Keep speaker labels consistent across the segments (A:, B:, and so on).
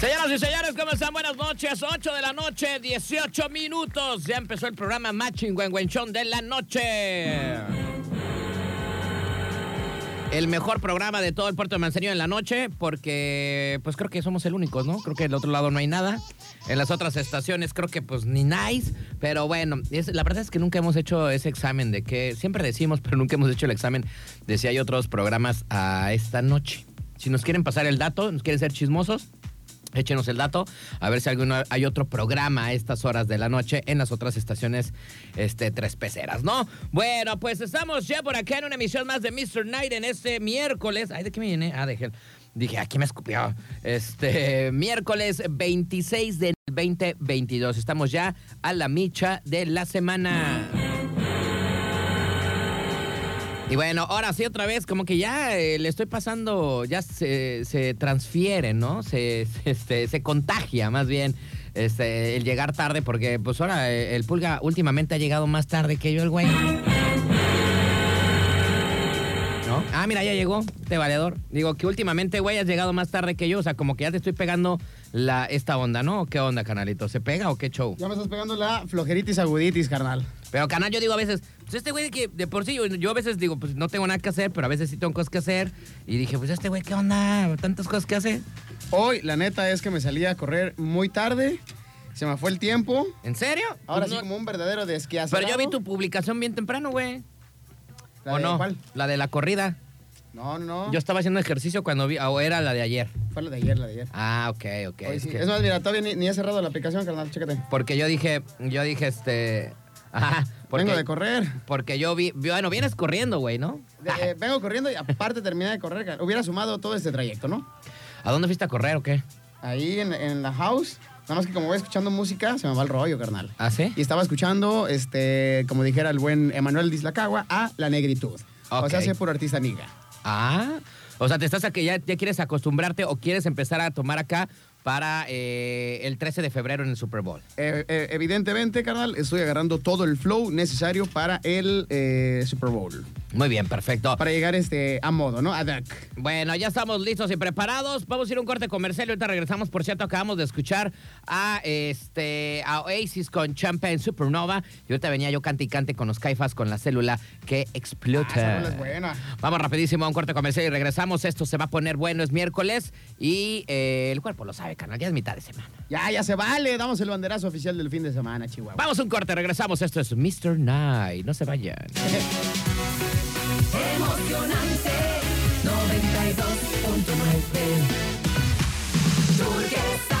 A: Señoras y señores, ¿cómo están? Buenas noches. 8 de la noche, 18 minutos. Ya empezó el programa más chingüengüenchón de la noche. El mejor programa de todo el puerto de Manzanillo en la noche, porque pues creo que somos el único, ¿no? Creo que del otro lado no hay nada. En las otras estaciones creo que pues ni nice. Pero bueno, es- la verdad es que nunca hemos hecho ese examen de que siempre decimos, pero nunca hemos hecho el examen de si hay otros programas a esta noche. Si nos quieren pasar el dato, nos quieren ser chismosos, Échenos el dato, a ver si alguno, hay otro programa a estas horas de la noche en las otras estaciones este, tres peceras, ¿no? Bueno, pues estamos ya por acá en una emisión más de Mr. Night en este miércoles. Ay, ¿de qué me viene? Ah, de gel. Dije, aquí me escupió. Este, miércoles 26 de 2022. Estamos ya a la micha de la semana. Y bueno, ahora sí otra vez, como que ya eh, le estoy pasando, ya se, se transfiere, ¿no? Se, se- este, se contagia más bien este, el llegar tarde, porque pues ahora eh, el pulga últimamente ha llegado más tarde que yo el güey. ¿No? Ah, mira, ya llegó este valedor. Digo que últimamente, güey, has llegado más tarde que yo. O sea, como que ya te estoy pegando la, esta onda, ¿no? ¿Qué onda, canalito? ¿Se pega o qué show?
B: Ya me estás pegando la flojeritis aguditis, carnal.
A: Pero canal, yo digo a veces, pues este güey que de por sí, yo, yo a veces digo, pues no tengo nada que hacer, pero a veces sí tengo cosas que hacer. Y dije, pues este güey, ¿qué onda? Tantas cosas que hace.
B: Hoy, la neta, es que me salí a correr muy tarde. Se me fue el tiempo.
A: ¿En serio?
B: Ahora
A: Pues
B: sí,
A: no-
B: como un verdadero desquiacerado.
A: Pero yo vi tu publicación bien temprano, güey.
B: ¿La
A: ¿O
B: de
A: no?
B: cuál?
A: La de la corrida.
B: No, no, no.
A: Yo estaba haciendo ejercicio cuando vi, o era la de ayer.
B: Fue la de ayer, la de ayer.
A: Ah, ok, ok.
B: Hoy
A: es
B: sí.
A: que-
B: Es más, mira, todavía ni, ni he cerrado la aplicación, carnal. Chécate.
A: Porque yo dije, yo dije, este. Ajá. Porque,
B: Vengo de correr.
A: Porque yo vi, bueno, vienes corriendo, güey, ¿no?
B: De- eh, vengo corriendo y aparte terminé de correr. carnal. Hubiera sumado todo este trayecto, ¿no?
A: ¿A dónde fuiste a correr o qué?
B: Ahí en, en la house. Nada más que como voy escuchando música, se me va el rollo, carnal.
A: ¿Ah, sí?
B: Y estaba escuchando, este, como dijera el buen Emanuel Dislacagua, a La Negritud.
A: Ok.
B: O sea, se puro artista niga.
A: Ah, o sea, te estás aquí, ya, ya quieres acostumbrarte o quieres empezar a tomar acá para eh, el 13 de febrero en el Super Bowl.
B: Eh, eh, evidentemente, carnal, estoy agarrando todo el flow necesario para el eh, Super Bowl.
A: Muy bien, perfecto.
B: Para llegar este, a modo, ¿no? A duck.
A: Bueno, ya estamos listos y preparados. Vamos a ir a un corte comercial y ahorita regresamos. Por cierto, acabamos de escuchar a, este, a Oasis con Champagne Supernova. Y ahorita venía yo cante y cante con los caifas con la célula que
B: Ah, esa
A: explota.
B: rola es buena.
A: Vamos rapidísimo a un corte comercial y regresamos. Esto se va a poner bueno, es miércoles y eh, el cuerpo lo sabe, canal. Ya es mitad de semana.
B: Ya, ya se vale. Damos el banderazo oficial del fin de semana, Chihuahua.
A: Vamos a un corte, regresamos. Esto es Mr. Night. No se vayan.
C: Emocionante 92.9 Turquesa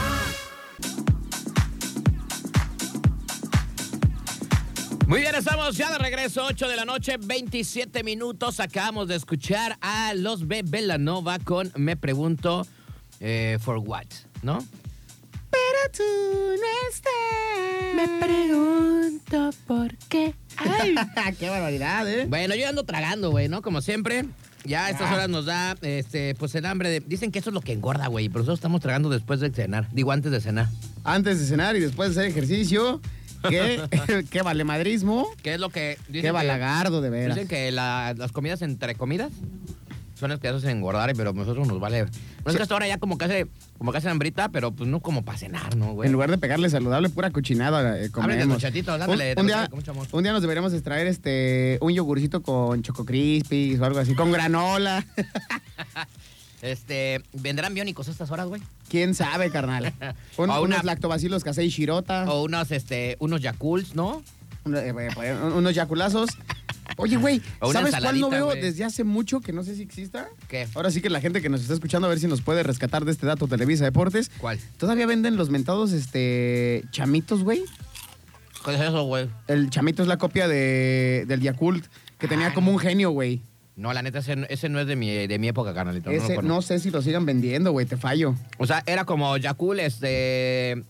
A: Muy bien, estamos ya de regreso, 8 de la noche, 27 minutos. Acabamos de escuchar a los Bebe Lanova con Me Pregunto eh, For What, ¿no?
B: Pero tú no estás.
D: Me pregunto por qué. Ay.
B: Qué barbaridad, ¿eh?
A: Bueno, yo ando tragando, güey, ¿no? Como siempre. Ya a estas horas nos da, este, pues el hambre de... Dicen que eso es lo que engorda, güey, pero nosotros estamos tragando después de cenar. Digo, antes de cenar.
B: Antes de cenar y después de hacer ejercicio, qué, qué valemadrismo.
A: ¿Qué es lo que... dicen
B: Qué
A: que-
B: balagardo, de veras.
A: Dicen que la- las comidas entre comidas son las que hacen engordar, pero a nosotros nos vale. No es que hasta ahora ya como que hace, como que hace hambrita, pero pues no como para cenar, ¿no, güey?
B: En lugar de pegarle saludable, pura cochinada eh, comemos.
A: muchachito, dándole,
B: un, un
A: dándole
B: día,
A: con mucho amor.
B: un día nos deberíamos extraer este, un yogurcito con choco crispies o algo así, con granola.
A: Este, ¿vendrán biónicos a estas horas, güey?
B: ¿Quién sabe, carnal? Un-
A: O una-
B: Unos lactobacilos casei shirota,
A: O unos, este, unos yakults, ¿no?
B: un- eh, eh, unos yaculazos. Oye, güey,
A: O una
B: ¿sabes cuál no
A: ensaladita,
B: veo
A: güey.
B: desde hace mucho que no sé si exista?
A: ¿Qué?
B: Ahora sí que la gente que nos está escuchando, a ver si nos puede rescatar de este dato Televisa Deportes.
A: ¿Cuál?
B: Todavía venden los mentados este chamitos, güey.
A: ¿Qué es eso, güey?
B: El chamito es la copia de, del Yakult, que tenía
A: Ah,
B: como un genio, güey.
A: No, la neta, ese, no- ese no es de mi, de mi época, carnalito. no lo
B: Ese, no,
A: conozco.
B: sé si lo sigan vendiendo, güey, te fallo.
A: O sea, era como Yakul, este.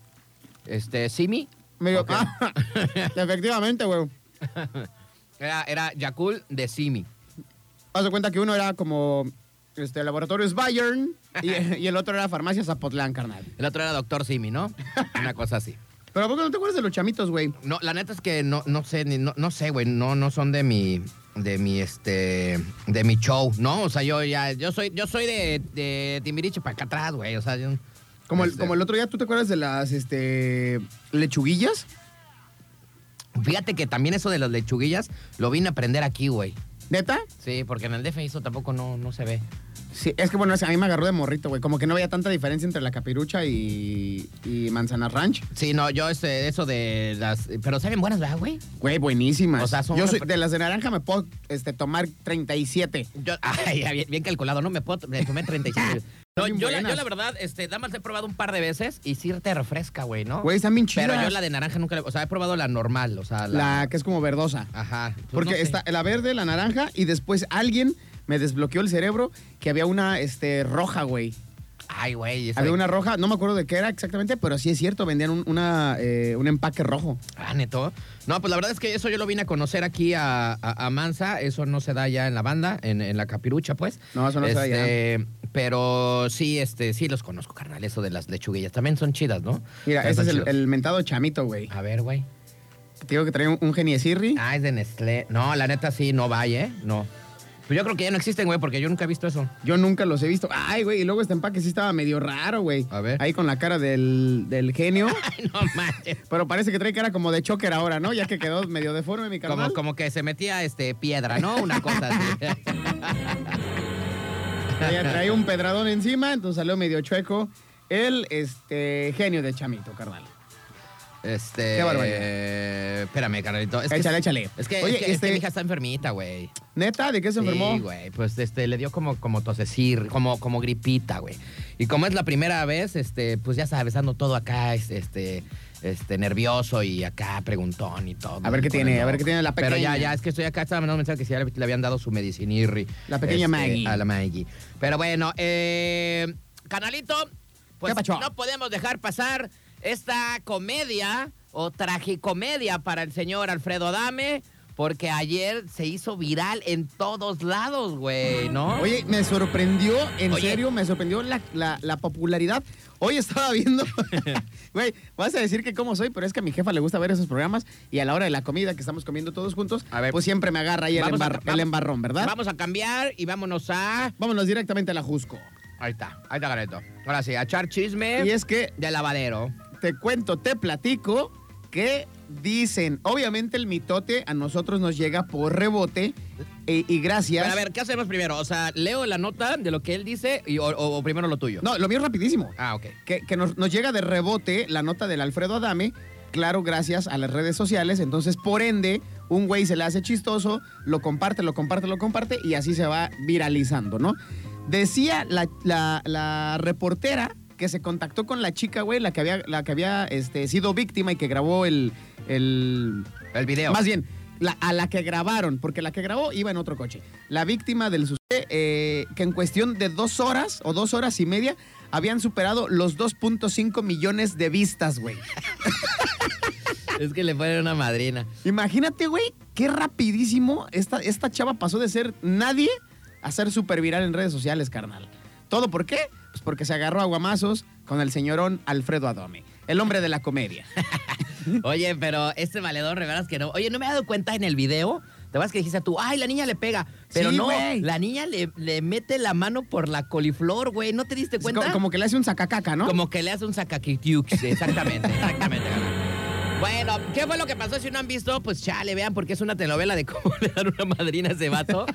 A: Este, Simi.
B: Medio,
A: Ok.
B: Ah, efectivamente, güey.
A: Era, era Yakult de Simi.
B: Haz de cuenta que uno era como este, Laboratorios Bayern y, y el otro era Farmacia Zapotlán, carnal.
A: El otro era Doctor Simi, ¿no? Una cosa así.
B: Pero ¿a poco no te acuerdas de los chamitos, güey?
A: No, la neta es que no, no sé, ni- no, no sé, güey, no, no son de mi, de mi, este, de mi show, ¿no? O sea, yo ya, yo soy, yo soy de, de Timbiriche para acá atrás, güey, o sea, yo,
B: Como el,
A: Este.
B: como el otro día, ¿tú te acuerdas de las este, lechuguillas?
A: Fíjate que también eso de las lechuguillas lo vine a aprender aquí, güey.
B: ¿Neta?
A: Sí, porque en el DF eso tampoco no, no se ve.
B: Sí, es que bueno, es- a mí me agarró de morrito, güey. Como que no veía tanta diferencia entre la capirucha y, y manzana ranch.
A: Sí, no, yo este, eso de las... Pero saben buenas, ¿verdad, güey?
B: Güey, buenísimas.
A: O sea, son
B: Yo
A: unas-
B: soy- de las de naranja me puedo este, tomar 37.
A: Yo, ay, ya, bien, bien calculado, no me puedo, me tomé 37. No,
B: Bien
A: yo, la,
B: buenas.
A: yo la verdad, este, nada más he probado un par de veces y sí te refresca, güey, ¿no?
B: Güey, están bien chidas.
A: Pero yo la de naranja nunca, la- o sea, he probado la normal, o sea, la,
B: La que es como verdosa.
A: ajá. Pues
B: Porque
A: no sé.
B: está la verde, la naranja y después alguien me desbloqueó el cerebro que había una este, roja, güey.
A: Ay, güey, esa
B: Había
A: de-
B: una roja, no me acuerdo de qué era exactamente, pero sí es cierto, vendían un, una, eh, un empaque rojo.
A: Ah, neto. No, pues la verdad es que eso yo lo vine a conocer aquí a, a, a Mansa. Eso no se da ya en la banda, en, en la capirucha, pues.
B: No, eso no se da
A: Este, Pero sí, este, sí los conozco, carnal. Eso de las lechuguillas. También son chidas, ¿no?
B: Mira,
A: También
B: este
A: son
B: es el,
A: chidas.
B: el mentado chamito, güey.
A: A ver, güey.
B: Te digo que trae un, un geniecirri.
A: Ah, es de Nestlé. No, la neta sí, no vaya, ¿eh? No. Pues yo creo que ya no existen, güey, porque yo nunca he visto eso.
B: Yo nunca los he visto. Ay, güey, y luego este empaque sí estaba medio raro, güey.
A: A ver.
B: Ahí con la cara del, del genio.
A: Ay, no manches.
B: pero parece que trae cara como de choker ahora, ¿no? Ya que quedó medio deforme mi carnal.
A: Como, como que se metía este, piedra, ¿no? Una cosa así.
B: Traía, traía un pedradón encima, entonces salió medio chueco. El este, genio de chamito, carnal.
A: Este.
B: Qué barbaridad.
A: eh, espérame, carnalito. Es que-
B: Échale, échale.
A: Es que,
B: Oye,
A: es que- es
B: este-
A: que mi hija está enfermita, güey.
B: ¿Neta? ¿De qué se enfermó?
A: Sí, güey. Pues este, le dio como, como tosecir, como, como gripita, güey. Y como es la primera vez, este, pues ya sabes, ando todo acá, es- este, este, nervioso y acá preguntón y todo.
B: A ver qué
A: Con
B: tiene,
A: el
B: a ver qué tiene la
A: Pero ya,
B: pequeña.
A: ya, es que estoy acá, estaba mandando un mensaje que si ya le, le habían dado su medicinirri.
B: La pequeña Maggie.
A: A la Maggie. Pero bueno, eh, canalito, pues
B: ¿Qué pacho?
A: no podemos dejar pasar esta comedia o tragicomedia para el señor Alfredo Adame, porque ayer se hizo viral en todos lados, güey, ¿no?
B: Oye, me sorprendió, en
A: Oye.
B: serio, me sorprendió la, la- la popularidad. Hoy estaba viendo, güey, vas a decir que cómo soy, pero es que a mi jefa le gusta ver esos programas y a la hora de la comida que estamos comiendo todos juntos,
A: A ver.
B: pues siempre me agarra ahí el,
A: Vamos a-
B: embar-
A: vamos-
B: el embarrón, ¿verdad?
A: Vamos a cambiar y vámonos a...
B: Vámonos directamente a la Jusco.
A: Ahí está, ahí está, Gareto. Ahora sí, a echar chisme
B: Y es que
A: de lavadero.
B: te cuento, te platico que dicen, obviamente el mitote a nosotros nos llega por rebote e- y gracias.
A: Pero a ver, ¿qué hacemos primero? O sea, leo la nota de lo que él dice y, o, o- o primero lo tuyo.
B: No, lo mío es rapidísimo.
A: Ah, ok.
B: que, que nos, nos llega de rebote la nota del Alfredo Adame, claro, gracias a las redes sociales. Entonces, por ende, un güey se le hace chistoso, lo comparte, lo comparte, lo comparte y así se va viralizando, ¿no? Decía la, la- la reportera que se contactó con la chica, güey, la que había, la que había este, sido víctima y que grabó el- el
A: El video.
B: más bien, la- a la que grabaron, porque la que grabó iba en otro coche. La víctima del suceso, eh, que en cuestión de dos horas o dos horas y media habían superado los 2.5 millones de vistas, güey.
A: Es que le ponen una madrina.
B: Imagínate, güey, qué rapidísimo esta, esta chava pasó de ser nadie a ser súper viral en redes sociales, carnal. ¿Todo por qué? Pues porque se agarró a guamazos con el señorón Alfredo Adome, el hombre de la comedia.
A: Oye, pero este valedor, de veras que no. Oye, no me he dado cuenta en el video. Te vas que dijiste tú, ay, la niña le pega. Pero
B: Sí,
A: no,
B: güey.
A: la niña le, le mete la mano por la coliflor, güey. ¿No te diste cuenta?
B: Como, como que le hace un sacacaca, ¿no?
A: Como que le hace un sacaquitiux. Exactamente, exactamente. carnal. Bueno, ¿qué fue lo que pasó? Si no han visto, pues chale, vean, porque es una telenovela de cómo le dan una madrina a ese vato.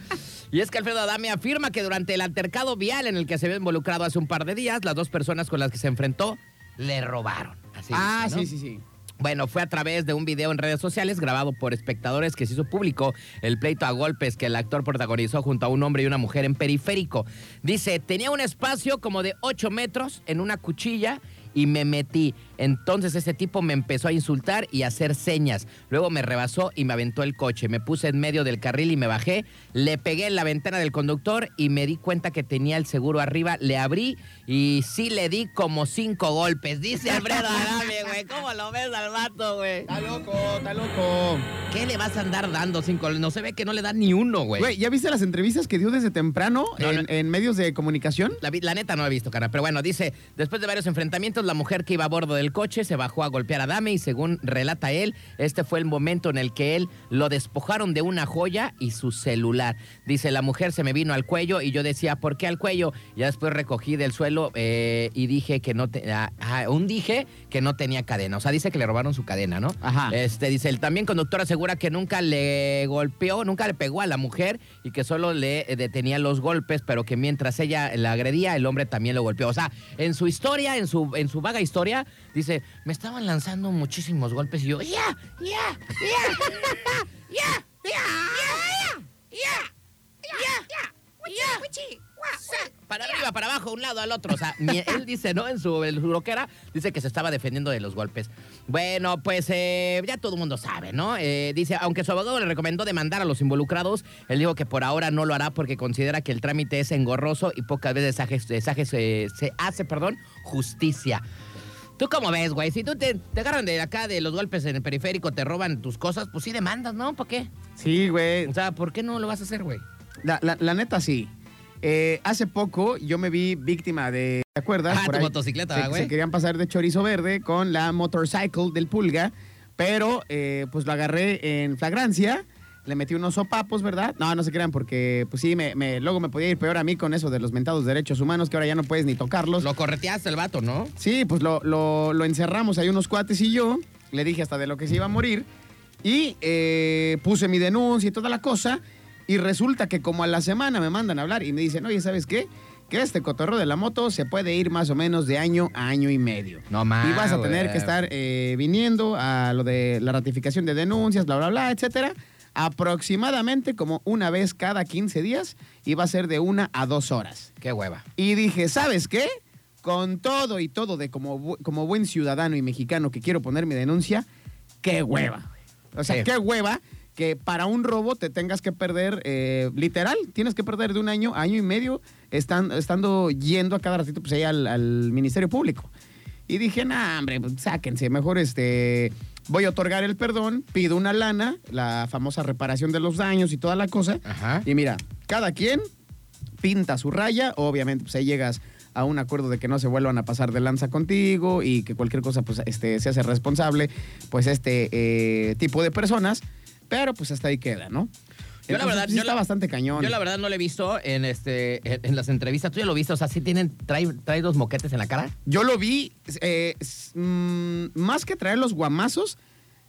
A: Y es que Alfredo Adame afirma que durante el altercado vial en el que se ve involucrado hace un par de días, las dos personas con las que se enfrentó le robaron. Así
B: ah,
A: dice, ¿no?
B: sí, sí, sí.
A: Bueno, fue a través de un video en redes sociales grabado por espectadores que se hizo público el pleito a golpes que el actor protagonizó junto a un hombre y una mujer en periférico. Dice, tenía un espacio como de 8 metros en una cuchilla y me metí. Entonces ese tipo me empezó a insultar y a hacer señas. Luego me rebasó y me aventó el coche. Me puse en medio del carril y me bajé. Le pegué en la ventana del conductor y me di cuenta que tenía el seguro arriba. Le abrí y sí le di como cinco golpes. Dice Alfredo Adame, güey. ¿Cómo lo ves al vato, güey?
B: Está loco, está loco.
A: ¿Qué le vas a andar dando cinco golpes? No se ve que no le da ni uno, güey.
B: Güey, ¿ya viste las entrevistas que dio desde temprano
A: No,
B: en,
A: no.
B: en medios de comunicación?
A: La, vi- la neta no la he visto, cara. Pero bueno, dice, después de varios enfrentamientos, la mujer que iba a bordo del del coche, se bajó a golpear a Dame y según relata él, este fue el momento en el que él lo despojaron de una joya y su celular. Dice, la mujer se me vino al cuello y yo decía, ¿por qué al cuello? Ya después recogí del suelo eh, y dije que no, te- ah, ah, aún dije que no tenía cadena. O sea, dice que le robaron su cadena, ¿no?
B: Ajá.
A: Este, dice, el también conductor asegura que nunca le golpeó, nunca le pegó a la mujer y que solo le eh, detenía los golpes, pero que mientras ella la agredía, el hombre también lo golpeó. O sea, en su historia, en su, en su vaga historia, dice, me estaban lanzando muchísimos golpes y yo, ¡ya! ¡ya! ¡ya! ¡ya! ¡ya! ¡ya! Para arriba, para abajo, un lado al otro. O sea, ni- él dice, ¿no? En su, en su loquera, dice que se estaba defendiendo de los golpes. Bueno, pues eh, ya todo el mundo sabe, ¿no? Eh, dice, aunque su abogado le recomendó demandar a los involucrados, él dijo que por ahora no lo hará porque considera que el trámite es engorroso y pocas veces se, hace- se hace- se- se hace perdón, justicia. ¿Tú cómo ves, güey? Si tú te, te agarran de acá de los golpes en el periférico, te roban tus cosas, pues sí demandas, ¿no? ¿Por qué?
B: Sí, güey.
A: O sea, ¿por qué no lo vas a hacer, güey?
B: La, la- la neta, sí. Eh, hace poco yo me vi víctima de. ¿Te acuerdas?
A: Ah, tu motocicleta,
B: se-
A: ah,
B: se,
A: güey.
B: querían pasar de chorizo verde con la motorcycle del Pulga, pero eh, pues lo agarré en flagrancia. Le metí unos sopapos, ¿verdad? No, no se crean, porque pues sí, me, me- luego me podía ir peor a mí con eso de los mentados derechos humanos, que ahora ya no puedes ni tocarlos.
A: Lo correteaste el vato, ¿no?
B: Sí, pues lo, lo- lo encerramos ahí unos cuates y yo. Le dije hasta de lo que se iba a morir. Y eh, puse mi denuncia y toda la cosa. Y resulta que como a la semana me mandan a hablar y me dicen, oye, ¿sabes qué? Que este cotorro de la moto se puede ir más o menos de año a año y medio.
A: No más,
B: Y vas a tener
A: güey.
B: que estar eh, viniendo a lo de la ratificación de denuncias, bla, bla, bla, etcétera. Aproximadamente como una vez cada 15 días y va a ser de una a dos horas.
A: Qué hueva.
B: Y dije, ¿sabes qué? Con todo y todo de como, bu- como buen ciudadano y mexicano que quiero poner mi denuncia, qué hueva. O sea,
A: Sí.
B: qué hueva que para un robo te tengas que perder, eh, literal, tienes que perder de un año, a año y medio, están, estando yendo a cada ratito pues, ahí al, al Ministerio Público. Y dije, nah, hombre, pues, sáquense, mejor este, voy a otorgar el perdón, pido una lana, la famosa reparación de los daños y toda la cosa.
A: Ajá.
B: Y mira, cada quien pinta su raya, obviamente pues ahí llegas a un acuerdo de que no se vuelvan a pasar de lanza contigo y que cualquier cosa pues este se hace responsable pues este eh, tipo de personas, pero pues hasta ahí queda, ¿no?
A: Yo la
B: Entonces,
A: verdad,
B: sí
A: yo
B: está
A: la-
B: bastante cañón.
A: Yo la verdad no lo he visto en este en, en las entrevistas. ¿Tú ya lo viste? O sea, sí tienen, trae, trae dos moquetes en la cara.
B: Yo lo vi, eh, s- mm, más que traer los guamazos,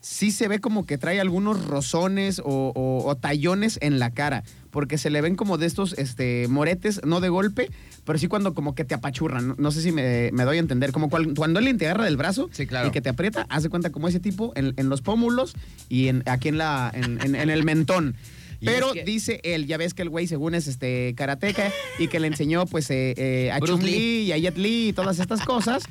B: sí se ve como que trae algunos rozones o, o- o tallones en la cara, porque se le ven como de estos este, moretes, no de golpe, pero sí cuando como que te apachurran. No, No sé si me, me doy a entender, como cual- cuando alguien te agarra del brazo
A: Sí, claro.
B: y que te aprieta, hace cuenta como ese tipo en, en los pómulos y en, aquí en, la, en, en- en el mentón.
A: Y
B: Pero
A: es que-
B: dice él, ya ves que el güey según es este karateca y que le enseñó pues eh, eh, a
A: Bruce
B: Chun
A: Lee.
B: Lee y a Jet Li y todas estas cosas,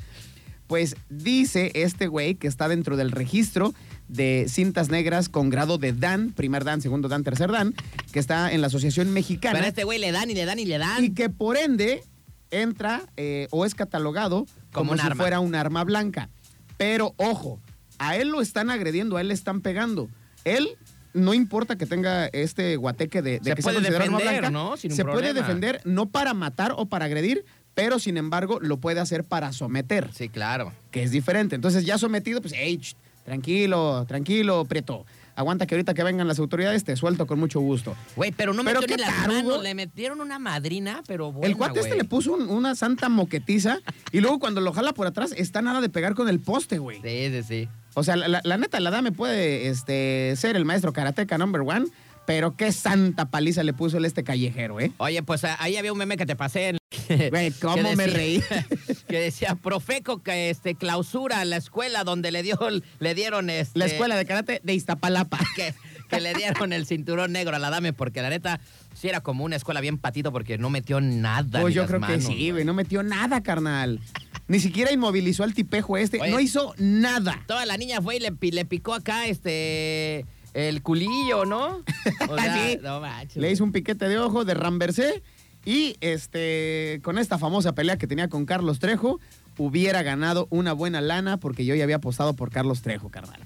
B: pues dice este güey que está dentro del registro de cintas negras con grado de Dan, primer Dan, segundo Dan, tercer Dan, que está en la Asociación Mexicana
A: Pero a este güey le dan y le dan y le dan.
B: y que por ende entra eh, o es catalogado
A: Como
B: como,
A: un
B: si
A: arma.
B: fuera un arma blanca. Pero ojo, a él lo están agrediendo, a él le están pegando. Él no importa que tenga este guateque de, de
A: Se
B: que
A: puede
B: considerado
A: defender, ¿no? Sin un
B: se puede
A: problema.
B: defender no para matar o para agredir, pero sin embargo lo puede hacer para someter
A: Sí, claro.
B: que es diferente. Entonces, ya sometido, pues, hey, ch, tranquilo, tranquilo, Prieto. Aguanta que ahorita que vengan las autoridades te suelto con mucho gusto.
A: Güey, pero no
B: Pero
A: metió ni
B: qué
A: las
B: tarugo.
A: manos. Le metieron una madrina, pero bueno.
B: el cuate este le puso un- una santa moquetiza y luego cuando lo jala por atrás está nada de pegar con el poste, güey.
A: Sí, sí, sí.
B: O sea, la, la- la neta, la dame puede este, ser el maestro karateca number one, pero qué santa paliza le puso el este callejero, ¿eh?
A: Oye, pues a- ahí había un meme que te pasé. En... que-
B: Güey, cómo
A: que
B: me reí.
A: que decía, profeco, que este, clausura la escuela donde le, dio, le dieron este...
B: La escuela de karate de Iztapalapa.
A: que, que le dieron el cinturón negro a la dame, porque la neta sí era como una escuela bien patito porque no metió nada.
B: Pues
A: ni
B: yo
A: las
B: creo que
A: manos,
B: sí,
A: güey.
B: güey. No metió nada, carnal. Ni siquiera inmovilizó al tipejo este.
A: Oye.
B: No hizo nada.
A: Toda la niña fue y le, pi- le picó acá este el culillo, ¿no? O sea,
B: Ah, Sí.
A: no manches.
B: Le hizo un piquete de ojo de Ramversé y este con esta famosa pelea que tenía con Carlos Trejo hubiera ganado una buena lana porque yo ya había apostado por Carlos Trejo, carnal.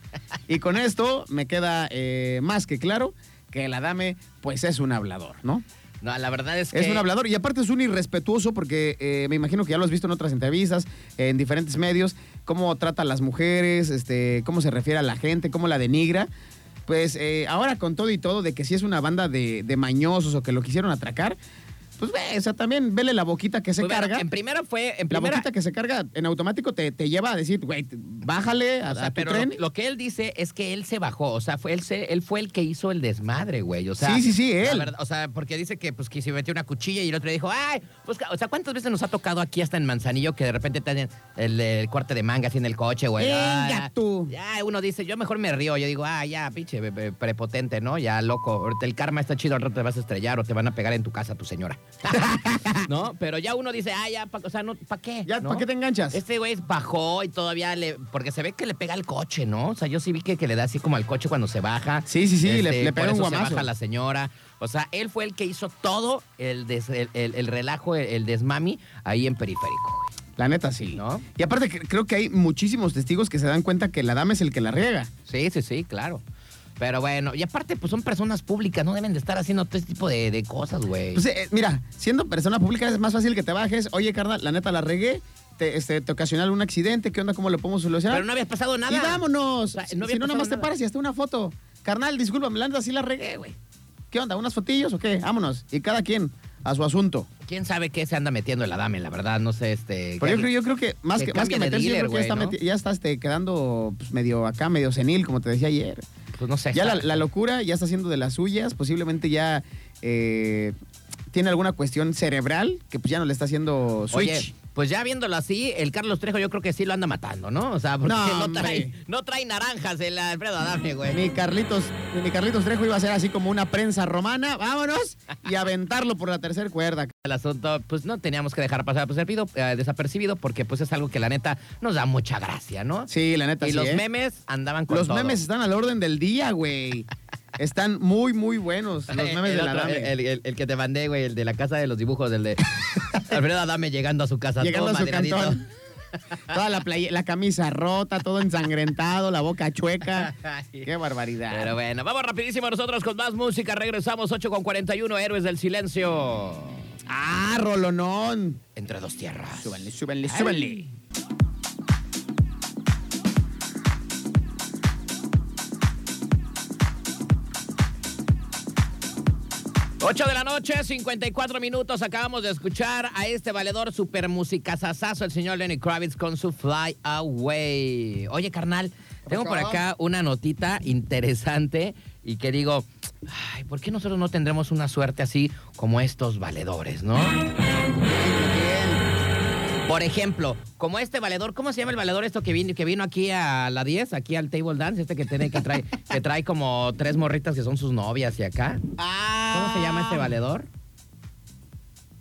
B: Y con esto me queda eh, más que claro que el Adame pues es un hablador, ¿no?
A: No, la verdad es que.
B: Es un hablador y aparte es un irrespetuoso porque eh, me imagino que ya lo has visto en otras entrevistas, en diferentes medios, cómo trata a las mujeres, este, cómo se refiere a la gente, cómo la denigra. Pues eh, ahora con todo y todo de que si es una banda de, de mañosos o que lo quisieron atracar, pues ve, o sea, también vele la boquita que se
A: Pues, bueno,
B: carga.
A: En primera fue. En
B: la
A: primera,
B: boquita que se carga en automático te, te lleva a decir, güey, t- bájale a,
A: O sea,
B: a tu
A: pero
B: tren.
A: lo, lo que él dice es que él se bajó, o sea, fue él, se- él fue el que hizo el desmadre, güey. O sea,
B: Sí, sí, sí,
A: la
B: él.
A: verdad, o sea, porque dice que pues que se metió una cuchilla y el otro dijo, ay, pues, ca- o sea, ¿cuántas veces nos ha tocado aquí hasta en Manzanillo que de repente tienen el, el corte de manga así en el coche, güey?
B: Venga
A: Ah,
B: tú.
A: Ya uno dice, yo mejor me río, yo digo, ah, ya, pinche be- be- prepotente, ¿no? Ya, loco, ahorita el karma está chido, al rato te vas a estrellar o te van a pegar en tu casa tu señora. ¿No? Pero ya uno dice, ah, ya, pa- o sea, no, ¿para qué?
B: Ya,
A: ¿no?
B: ¿para qué te enganchas?
A: Este güey bajó y todavía le. Porque se ve que le pega al coche, ¿no? O sea, yo sí vi que, que le da así como al coche cuando se baja. Este,
B: Sí, sí, sí, le- le
A: por
B: pega un
A: eso
B: guamazo.
A: Se baja la señora. O sea, él fue el que hizo todo el, des- el, el- el relajo, el, el desmami ahí en periférico. güey.
B: La neta, sí.
A: ¿No?
B: Y aparte cre- creo que hay muchísimos testigos que se dan cuenta que la dama es el que la riega.
A: Sí, sí, sí, claro. Pero bueno, y aparte, pues son personas públicas, no deben de estar haciendo todo este tipo de, de cosas, güey.
B: Pues, eh, mira, siendo persona pública es más fácil que te bajes. Oye, carnal, la neta la regué. Te, este, te ocasionó un accidente. ¿Qué onda? ¿Cómo lo podemos solucionar?
A: Pero no había pasado nada.
B: Y vámonos.
A: O sea,
B: Si-
A: no había
B: si no,
A: pasado
B: nada más te
A: nada.
B: paras y hasta una foto. Carnal, discúlpame, la neta sí la regué, güey. ¿Qué onda? ¿Unas fotillos o qué? Vámonos. Y cada quien a su asunto.
A: ¿Quién sabe qué se anda metiendo el Adame, la verdad? No sé, este.
B: Pero yo creo, yo creo que más
A: que
B: que, más
A: cambie
B: que
A: de
B: meterse, yo
A: dealer,
B: creo que ya está,
A: güey, ¿no?
B: meti- ya está, este, quedando pues, medio acá, medio senil, como te decía ayer.
A: Pues no sé.
B: Ya la, la locura ya está haciendo de las suyas, posiblemente ya eh, tiene alguna cuestión cerebral que pues ya no le está haciendo switch.
A: Oye, pues ya viéndolo así, el Carlos Trejo yo creo que sí lo anda matando, ¿no? O sea, porque
B: No,
A: no, trae,
B: hombre.
A: no trae naranjas el Alfredo Adame, güey.
B: mi Carlitos, mi Carlitos Trejo iba a ser así como una prensa romana, vámonos, y aventarlo por la tercera cuerda.
A: El asunto, pues no teníamos que dejar pasar desapercibido, eh, desapercibido porque pues es algo que la neta nos da mucha gracia, ¿no?
B: Sí, la neta,
A: Y
B: sí,
A: los
B: ¿eh?
A: memes andaban con
B: Los
A: todo.
B: memes están al orden del día, güey. Están muy, muy buenos los memes
A: El
B: de la
A: otro,
B: dama.
A: El, el- el que te mandé, güey, el de la casa de los dibujos, el de Alfredo Adame llegando a su casa.
B: Llegando
A: todo
B: a su
A: madreadito.
B: cantón. Toda la, playe- la camisa rota, todo ensangrentado, la boca chueca.
A: Ay.
B: Qué barbaridad.
A: Pero bueno, vamos rapidísimo nosotros con más música. Regresamos 8 con 41, Héroes del Silencio.
B: Ah, Rolonón.
A: Entre dos tierras.
B: Súbanle, súbanle, súbanle.
A: Ocho de la noche, 54 minutos. Acabamos de escuchar a este valedor super musicazazazo, el señor Lenny Kravitz, con su Fly Away. Oye, carnal, tengo por
B: pasó?
A: acá una notita interesante y que digo, ay, ¿por qué nosotros no tendremos una suerte así como estos valedores, no? Por ejemplo, como este valedor, ¿cómo se llama el valedor esto que vino, que vino aquí a la 10, aquí al table dance, este que tiene que trae, que trae como tres morritas que son sus novias y acá? ¿Cómo se llama este valedor?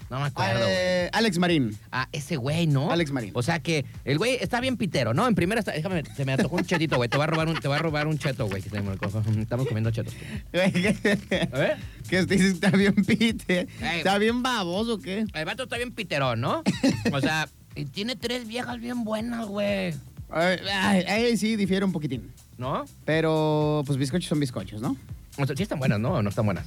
A: No me acuerdo, güey.
B: Eh, Alex Marín.
A: Ah, ese güey, ¿no?
B: Alex Marín.
A: O sea que el güey está bien pitero, ¿no? En primera está, déjame, se me antojó un chetito, güey. Te voy a robar un, te voy a robar un cheto, güey. que se me antojó. Estamos comiendo chetos.
B: Güey, que
A: A ver.
B: que este dice, está bien pite.
A: Ey.
B: Está bien baboso, o ¿qué?
A: El vato está bien piterón, ¿no? O sea, y tiene tres viejas bien buenas, güey.
B: Ay, ay, ay, sí, difiere un poquitín.
A: ¿No?
B: Pero, pues, bizcochos son bizcochos, ¿no?
A: O sea, sí están buenas, ¿no? ¿O no están buenas?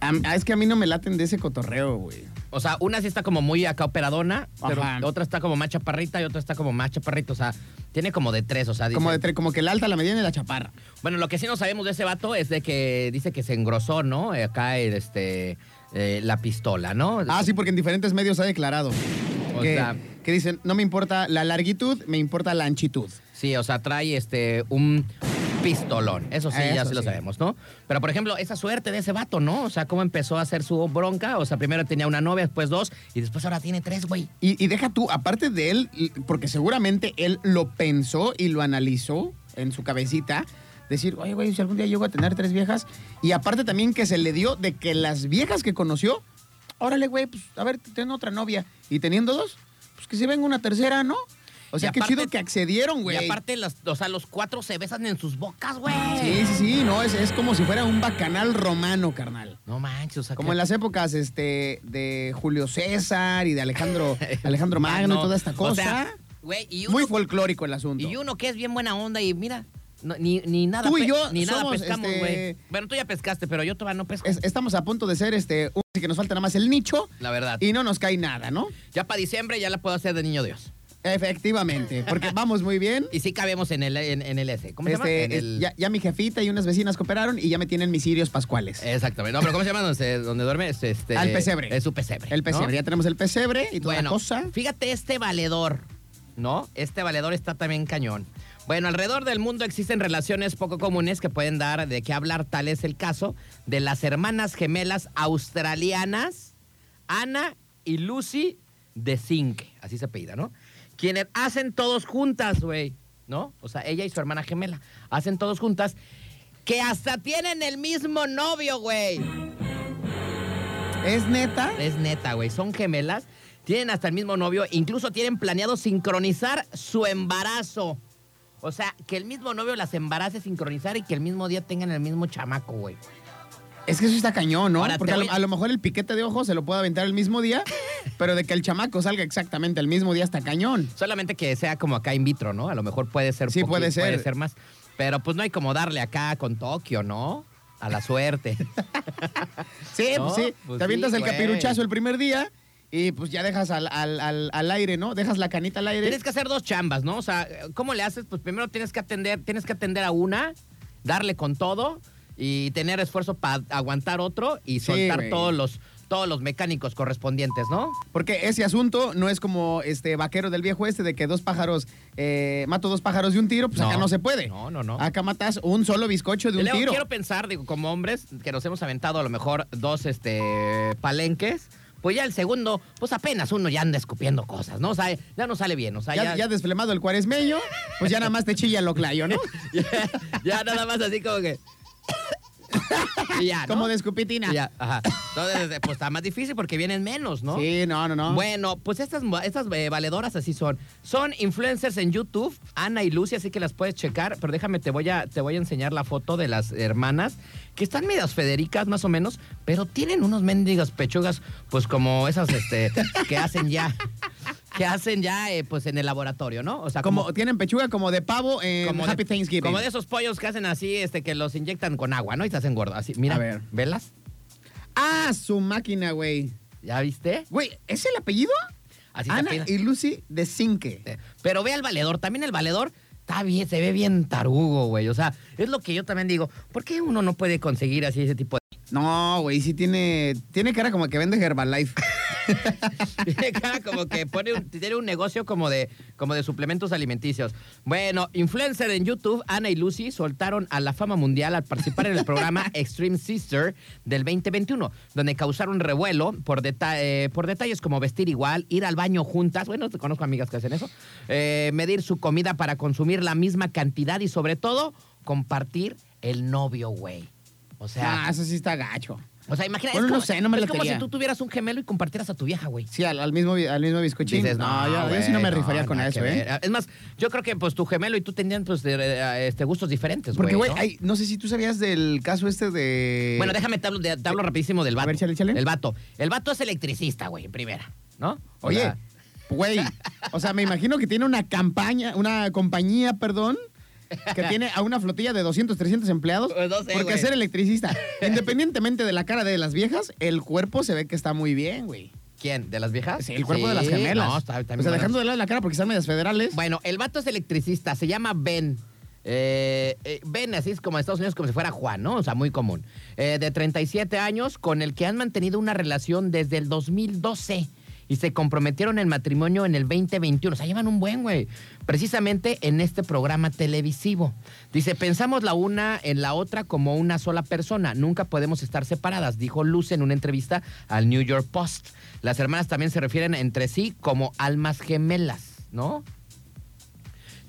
B: A- ah, es que a mí no me laten de ese cotorreo, güey.
A: O sea, una sí está como muy acá operadona, pero
B: Ajá.
A: otra está como más chaparrita y otra está como más chaparrita. O sea, tiene como de tres, o sea, dice-
B: Como, de tre- como que el alta, la mediana y la chaparra.
A: Bueno, lo que sí no sabemos de ese vato es de que dice que se engrosó, ¿no? Eh, Acá el, este, eh, la pistola, ¿no?
B: Ah, sí, porque en diferentes medios ha declarado.
A: O
B: que,
A: sea-
B: que dicen, no me importa la largitud, me importa la anchitud.
A: Sí, o sea, trae este un pistolón. Eso sí, ya
B: Eso
A: sí, lo
B: sí.
A: sabemos, ¿no? Pero, por ejemplo, esa suerte de ese vato, ¿no? O sea, cómo empezó a hacer su bronca. O sea, primero tenía una novia, después dos, y después ahora tiene tres, güey.
B: Y, y deja tú, aparte de él, y- porque seguramente él lo pensó y lo analizó en su cabecita, decir, oye, güey, si algún día llego a tener tres viejas, y aparte también que se le dio de que las viejas que conoció, órale, güey, pues a ver, ten otra novia, y teniendo dos, pues que se venga una tercera, ¿no? O sea,
A: Y
B: qué
A: aparte-
B: chido que accedieron, güey.
A: Y aparte, las, o sea, los cuatro se besan en sus bocas, güey.
B: Sí, sí, sí, no, es, es como si fuera un bacanal romano, carnal.
A: No manches, o sea,
B: Como
A: que-
B: en las épocas este, de Julio César y de Alejandro, Alejandro Magno y
A: Magno.
B: toda esta cosa.
A: O sea, güey, y uno-
B: Muy folclórico el asunto.
A: Y uno que es bien buena onda y mira, no, ni, ni nada.
B: Tú y
A: pe-
B: yo
A: ni nada
B: somos,
A: pescamos,
B: este-
A: güey. Bueno, tú ya pescaste, pero yo todavía no pesco.
B: Es- estamos a punto de ser este, un- así que nos falta nada más el nicho
A: La verdad.
B: y no nos cae nada, ¿no?
A: Ya para diciembre ya la puedo hacer de niño Dios.
B: Efectivamente, porque vamos muy bien.
A: Y sí cabemos en el, en, en el S. ¿Cómo se
B: Este,
A: llama? En
B: es-
A: el-
B: ya, ya mi jefita y unas vecinas cooperaron y ya me tienen mis sirios pascuales.
A: Exactamente. No, pero ¿cómo se llama donde, se- donde duerme? Es este,
B: Al pesebre.
A: Es su pesebre.
B: el
A: ¿no?
B: pesebre, ya tenemos el pesebre y toda la cosa.
A: Fíjate este valedor, ¿no? Este valedor está también cañón. Bueno, alrededor del mundo existen relaciones poco comunes que pueden dar de qué hablar. Tal es el caso de las hermanas gemelas australianas, Ana y Lucy de Zinc, así se apellida, ¿no? Quienes hacen todos juntas, güey, ¿no? O sea, ella y su hermana gemela hacen todos juntas que hasta tienen el mismo novio, güey.
B: ¿Es neta?
A: Es neta, güey. Son gemelas. Tienen hasta el mismo novio. Incluso tienen planeado sincronizar su embarazo. O sea, que el mismo novio las embarace, sincronizar y que el mismo día tengan el mismo chamaco, güey.
B: Es que eso está cañón, ¿no?
A: Ahora,
B: Porque
A: te
B: a lo,
A: voy a-
B: a lo mejor el piquete de ojo se lo puede aventar el mismo día, pero de que el chamaco salga exactamente el mismo día está cañón.
A: Solamente que sea como acá in vitro, ¿no? A lo mejor puede ser
B: Sí,
A: poqui-
B: puede ser.
A: puede ser más. Pero pues no hay como darle acá con Tokio, ¿no? A la suerte.
B: Sí,
A: No,
B: pues sí.
A: pues
B: Te avientas
A: sí,
B: el
A: güey.
B: capiruchazo el primer día y pues ya dejas al, al- al- al aire, ¿no? Dejas la canita al aire.
A: Tienes que hacer dos chambas, ¿no? O sea, ¿cómo le haces? Pues primero tienes que atender, tienes que atender a una, darle con todo y tener esfuerzo para aguantar otro y
B: Sí,
A: soltar
B: güey.
A: todos los todos los mecánicos correspondientes, ¿no?
B: Porque ese asunto no es como este vaquero del viejo este de que dos pájaros, eh, mato dos pájaros de un tiro, pues
A: No.
B: acá no se puede.
A: No, no, no.
B: Acá matas un solo bizcocho de un
A: Leo,
B: tiro.
A: quiero pensar, digo, como hombres que nos hemos aventado a lo mejor dos este palenques, pues ya el segundo, pues apenas uno ya anda escupiendo cosas, ¿no? O sea, ya no sale bien, o sea,
B: Ya, ya desflemado el cuaresmeño, pues ya nada más te chilla lo clayo, ¿no?
A: ya nada más así como que y ya, ¿no?
B: Como de escupitina.
A: Y ya, ajá. Entonces, eh, pues está más difícil porque vienen menos, ¿no?
B: Sí, no, no, no.
A: Bueno, pues estas, mu- estas eh, valedoras así son. Son influencers en YouTube, Ana y Lucy, así que las puedes checar. Pero déjame, te voy a, te voy a enseñar la foto de las hermanas, que están medias Federicas, más o menos, pero tienen unos mendigas pechugas, pues como esas este, que hacen ya, que hacen ya eh, pues en el laboratorio, ¿no? O sea,
B: como, tienen pechuga como de pavo en
A: como
B: Happy
A: de,
B: Thanksgiving.
A: Como de esos pollos que hacen así, este, que los inyectan con agua, ¿no? Y te hacen gordo. Así, mira.
B: A ver.
A: ¿Velas?
B: Ah, su máquina, güey.
A: ¿Ya viste?
B: Güey, ¿es el apellido?
A: Así se
B: Ana
A: apela.
B: y Lucy de Cinque.
A: Ah, Pero ve al valedor, también el valedor está bien, se ve bien tarugo, güey. O sea, es lo que yo también digo. ¿Por qué uno no puede conseguir así ese tipo
B: No, güey, sí tiene, tiene cara como que vende Herbalife.
A: de... Tiene cara como que pone un- tiene un negocio como de, como de suplementos alimenticios. Bueno, influencer en YouTube, Ana y Lucy soltaron a la fama mundial al participar en el programa Extreme Sister del 2021, donde causaron revuelo por, deta- eh, por detalles como vestir igual, ir al baño juntas. Bueno, te conozco amigas que hacen eso. Eh, medir su comida para consumir la misma cantidad y sobre todo compartir el novio, güey. O sea,
B: Ah, eso sí está gacho.
A: o sea, imagina,
B: Bueno,
A: es como,
B: no sé, no me
A: es
B: la
A: como si
B: creía.
A: tú tuvieras un gemelo y compartieras a tu vieja, güey.
B: Sí, al, al mismo, al mismo bizcochín.
A: Dices,
B: no, yo, yo sí
A: güey,
B: no me rifaría con
A: nada
B: eso,
A: que
B: ¿eh?
A: ver. Ah, Es más, yo creo que pues tu gemelo y tú tenían pues de- de- este, gustos diferentes,
B: Porque, güey,
A: ¿no?
B: hay- ¿no? sé si tú sabías del caso este de...
A: Bueno, déjame te hablo, de- te hablo rapidísimo del vato.
B: eh, ver, chale, chale.
A: El vato. El vato es electricista, güey, en primera, ¿no? O
B: Oye,
A: sea,
B: güey, o sea, me imagino que tiene una campaña, una compañía, perdón, que tiene a una flotilla de 200, 300 empleados.
A: Pues no sé,
B: porque
A: güey.
B: ser electricista, independientemente de la cara de las viejas, el cuerpo se ve que está muy bien, güey.
A: ¿quién? ¿De las viejas?
B: Sí, el cuerpo de las
A: Sí,
B: gemelas.
A: No, está, está
B: o
A: bien
B: sea,
A: bueno.
B: dejando de lado la cara porque están medias federales.
A: Bueno, el vato es electricista, se llama Ben. Eh, eh, ben, así es como en Estados Unidos, como si fuera Juan, ¿no? O sea, muy común. Eh, de 37 años, con el que han mantenido una relación desde el 2012 y se comprometieron en matrimonio en el 2021. O sea, llevan un buen, güey. Precisamente en este programa televisivo. Dice, pensamos la una en la otra como una sola persona. Nunca podemos estar separadas, dijo Luz en una entrevista al New York Post. Las hermanas también se refieren entre sí como almas gemelas, ¿no?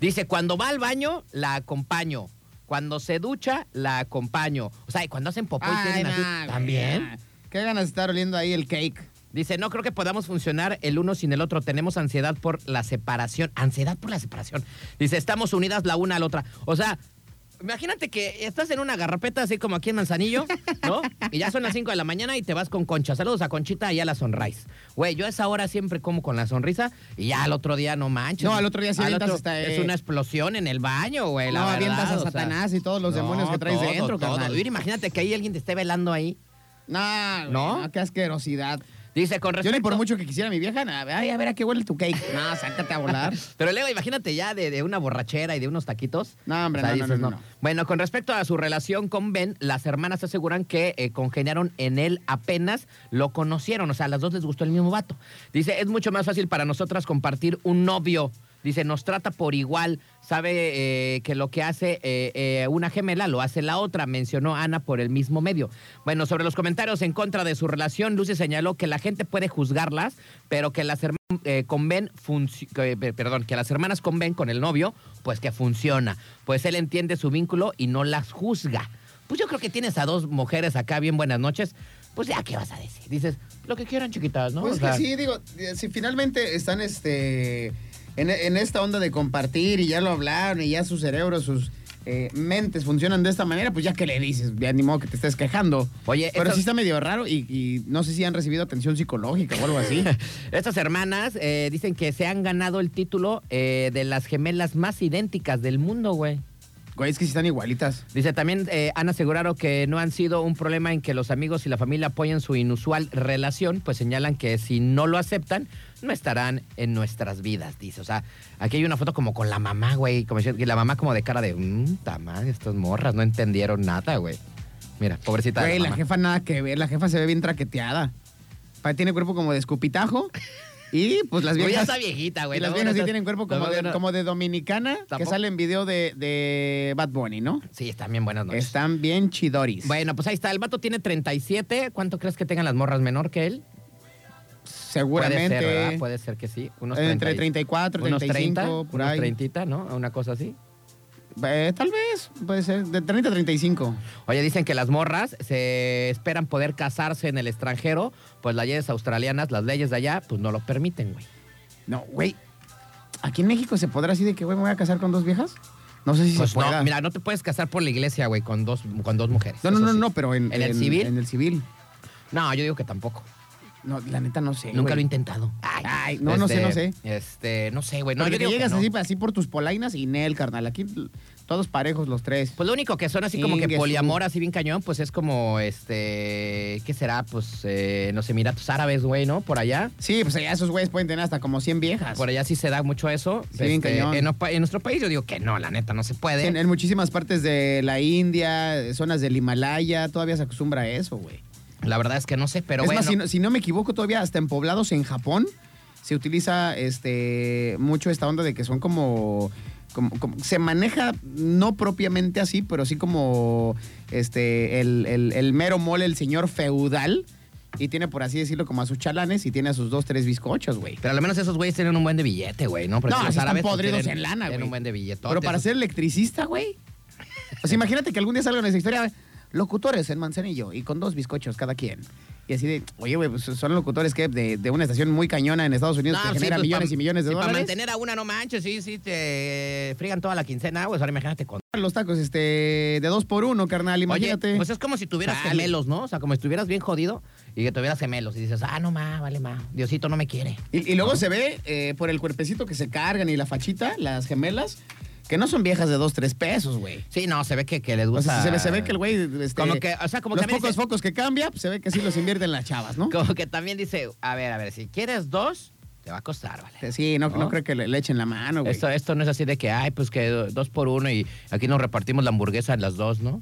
A: Dice, cuando va al baño, la acompaño. Cuando se ducha, la acompaño. O sea, y cuando hacen popó y
B: Ay,
A: tienen así,
B: nah, güey,
A: también.
B: nah. Qué ganas de estar oliendo ahí el cake.
A: Dice, no creo que podamos funcionar el uno sin el otro. Tenemos ansiedad por la separación. Ansiedad por la separación. Dice, estamos unidas la una a la otra. O sea, Imagínate que estás en una garrapeta así como aquí en Manzanillo, ¿no? Y ya son las 5 de la mañana y te vas con Concha. Saludos a Conchita y a la Sunrise. Güey, yo a esa hora siempre como con la sonrisa y ya al otro día no manches.
B: No, al otro día sí
A: Al
B: avientas hasta, eh,
A: Es una explosión en el baño, güey. la
B: no, avientas
A: verdad,
B: a
A: o sea.
B: Satanás y todos los
A: No,
B: demonios que traes
A: todo, todo.
B: dentro, carnal.
A: Mira, imagínate que ahí alguien te esté velando ahí.
B: No, güey,
A: ¿No?
B: no, qué asquerosidad.
A: Dice, con
B: Yo
A: respecto...
B: ni por mucho que quisiera mi vieja, nada, ay, a ver a qué huele tu cake. No, sácate a volar.
A: Pero luego, imagínate ya de, de una borrachera y de unos taquitos.
B: No, hombre,
A: O sea,
B: no, no,
A: dices,
B: no, no, no.
A: Bueno, con respecto a su relación con Ben, las hermanas aseguran que eh, congeniaron en él apenas lo conocieron. O sea, a las dos les gustó el mismo vato. Dice, es mucho más fácil para nosotras compartir un novio. Dice, nos trata por igual. Sabe eh, que lo que hace eh, eh, una gemela lo hace la otra, mencionó Ana por el mismo medio. Bueno, sobre los comentarios en contra de su relación, Lucy señaló que la gente puede juzgarlas, pero que las hermanas eh, con Ben funci- que, pe- perdón, que las hermanas con Ben, con el novio, pues que funciona. Pues él entiende su vínculo y no las juzga. Pues yo creo que tienes a dos mujeres acá bien buenas noches. Pues ya, ¿qué vas a decir? Dices, lo que quieran, chiquitas, ¿no? O
B: Pues que
A: sea,
B: sí, digo, eh, si finalmente están este en, en esta onda de compartir y ya lo hablaron y ya sus cerebros, sus eh, mentes funcionan de esta manera, pues ya que le dices, ya ni modo que te estés quejando.
A: Oye,
B: pero
A: esta-
B: sí está medio raro y, y no sé si han recibido atención psicológica o algo así.
A: Estas hermanas eh, dicen que se han ganado el título eh, de las gemelas más idénticas del mundo, güey.
B: Güey, es que sí están igualitas.
A: Dice, también eh, han asegurado que no han sido un problema en que los amigos y la familia apoyen su inusual relación, pues señalan que si no lo aceptan, no estarán en nuestras vidas, dice. O sea, aquí hay una foto como con la mamá, güey, como diciendo- y la mamá como de cara de, mmm, tamán, estas morras no entendieron nada, güey. Mira, pobrecita de
B: Güey,
A: la
B: la
A: mamá.
B: jefa nada que ver, la jefa se ve bien traqueteada. Pa- Tiene cuerpo como de escupitajo y pues las
A: Güey,
B: viejas...
A: ya está viejita, güey.
B: y las
A: tampoco
B: viejas
A: no
B: sí
A: estás-
B: tienen cuerpo como
A: tampoco
B: de,
A: no-
B: como de dominicana que
A: Tampoco-
B: sale en video de, de Bad Bunny, ¿no?
A: Sí, están bien buenas noches.
B: Están bien chidoris.
A: Bueno, pues ahí está. El vato tiene 37. ¿Cuánto crees que tengan las morras menor que él?
B: seguramente.
A: Puede ser, ¿verdad? Puede ser que sí. Unos
B: entre
A: 30 y-
B: 34,
A: unos
B: 35,
A: 30,
B: por
A: unos
B: ahí.
A: 30, ¿no? Una cosa así.
B: Eh, tal vez, puede ser. De 30 a 35.
A: Oye, dicen que las morras se esperan poder casarse en el extranjero, pues las leyes australianas, las leyes de allá, pues no lo permiten, güey.
B: No, güey. ¿Aquí en México se podrá así de que, güey, me voy a casar con dos viejas? No sé si
A: Pues
B: se pueda.
A: no, mira, no te puedes casar por la iglesia, güey, con dos, con dos mujeres.
B: no, no,
A: eso
B: no,
A: sí.
B: no, pero en,
A: ¿En el civil?
B: En el civil.
A: No, yo digo que tampoco.
B: No, la neta no sé.
A: Nunca lo he
B: güey.
A: intentado. Ay,
B: Ay, no, no sé, no sé.
A: Este, no sé, güey. No,
B: Porque
A: yo
B: te
A: digo que
B: llegas
A: no.
B: así, así por tus polainas y Nel, carnal. Aquí l- todos parejos los tres.
A: Pues lo único que son así como que
B: Ingue su-
A: poliamor, así bien cañón, pues es como, este, ¿qué será? Pues eh, en los Emiratos Árabes, güey, ¿no? Por allá.
B: sí, pues allá esos güeyes pueden tener hasta como 100 viejas.
A: Por allá sí se da mucho eso. Este,
B: Sí, bien cañón.
A: en, opa- en nuestro país yo digo que no, la neta, no se puede.
B: En, en muchísimas partes de la India, de zonas del Himalaya, todavía se acostumbra a eso, güey.
A: La verdad es que no sé, pero
B: es
A: bueno.
B: más, si no, si no me equivoco, todavía hasta en poblados en Japón se utiliza este mucho esta onda de que son como. como- como- se maneja no propiamente así, pero sí como este el, el- el mero mole, el señor feudal. Y tiene, por así decirlo, como a sus chalanes y tiene a sus dos, tres bizcochos, güey.
A: Pero al menos esos güeyes tienen un buen de billete, güey, ¿no? Porque
B: No,
A: los
B: así están
A: árabes, pues,
B: podridos
A: tienen-
B: en lana,
A: tienen
B: güey.
A: un buen de billete.
B: Pero para ser electricista, güey. O sea, imagínate que algún día salga nuestra historia, locutores en Manzanillo y con dos bizcochos cada quien. Y así de, oye, güey, pues son locutores que de, de una estación muy cañona en Estados Unidos que
A: pues,
B: genera millones y millones de
A: Para
B: dólares.
A: mantener a una, no manches, sí, sí, te frigan toda la quincena, güey. Ahora imagínate con...
B: Los tacos, este, de dos por uno, carnal, imagínate.
A: Oye, pues es como si tuvieras
B: Chale.
A: gemelos, ¿no? O sea, como si estuvieras bien jodido y que tuvieras gemelos. Y dices, ah, no, ma, vale, ma. Diosito no me quiere.
B: y, y luego se ve eh, por el cuerpecito que se cargan y la fachita, las gemelas, que no son viejas de dos, tres pesos, güey.
A: Sí, no, se ve que, que les
B: O
A: gusta...
B: sea, se, ve, se ve que el güey. este,
A: Como que, o sea, como
B: los
A: también
B: pocos
A: dice-
B: focos que cambia, pues, se ve que sí los invierten las chavas, ¿no?
A: Como que también dice, a ver, a ver, si quieres dos, te va a costar, vale.
B: Este, Sí, no, no
A: ¿No?
B: creo que le, le echen la mano, Ah, güey.
A: Esto, esto no es así de que, ay, pues que do- dos por uno y aquí nos repartimos la hamburguesa en las dos, ¿no?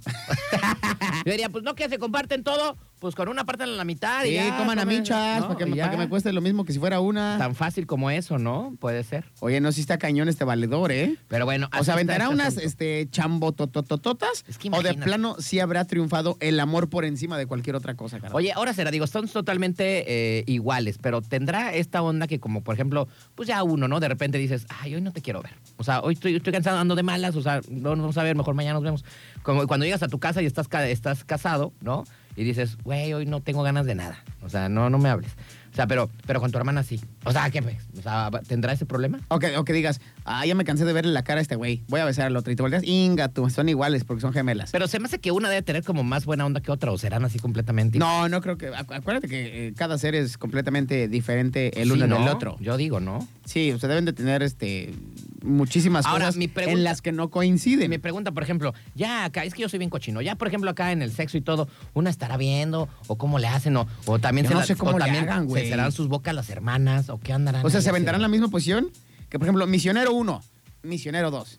A: Yo diría, pues no que se comparten todo, pues con una parte en la mitad y
B: Sí,
A: ya,
B: coman a
A: comen-
B: michas,
A: ¿no?
B: para, que,
A: Y
B: me-
A: ya.
B: pa' que me cueste lo mismo que si fuera una.
A: Tan fácil como eso, ¿no? Puede ser.
B: Oye, no, si está cañón este valedor, ¿eh?
A: Pero bueno.
B: O
A: así está
B: sea, aventará
A: este
B: unas
A: asunto.
B: este, chambotototototas
A: Es que
B: o de
A: imagínate.
B: plano sí habrá triunfado el amor por encima de cualquier otra cosa, carajo.
A: Oye, ahora será, digo, son totalmente eh, iguales, pero tendrá esta onda que como, por ejemplo, pues ya uno, ¿no? De repente dices, ay, hoy no te quiero ver. O sea, hoy estoy, estoy cansado, ando de malas, o sea, no nos vamos a ver, mejor mañana nos vemos. Como cuando llegas a tu casa y estás, ca- estás casado, ¿no? Y dices, güey, hoy no tengo ganas de nada. O sea, no, no me hables. O sea, pero, pero con tu hermana sí. O sea, ¿qué? pues? O sea, ¿tendrá ese problema?
B: O que, o que digas, ah, ya me cansé de verle la cara a este güey. Voy a besar al otro. Y te volteas, inga, tú, son iguales porque son gemelas.
A: Pero se me hace que una debe tener como más buena onda que otra, o serán así completamente.
B: no, no creo que. acu- Acuérdate que eh, cada ser es completamente diferente el
A: Sí,
B: uno
A: ¿no?
B: del otro.
A: Yo digo, ¿no?
B: Sí, ustedes deben de tener este muchísimas
A: Ahora,
B: cosas
A: mi pregunta-
B: en las que no
A: Y
B: coinciden.
A: me pregunta, por ejemplo, ya acá, es que yo soy bien cochino, ya por ejemplo acá en el sexo y todo, una estará viendo, o cómo le hacen, o, o también
B: Yo
A: se
B: no
A: la-
B: sé cómo
A: o
B: le
A: también
B: hagan, güey.
A: se serán sus bocas las hermanas, o qué andarán.
B: O sea,
A: ahí
B: se aventarán la
A: haciendo?
B: misma posición que, por ejemplo, misionero 1, misionero 2,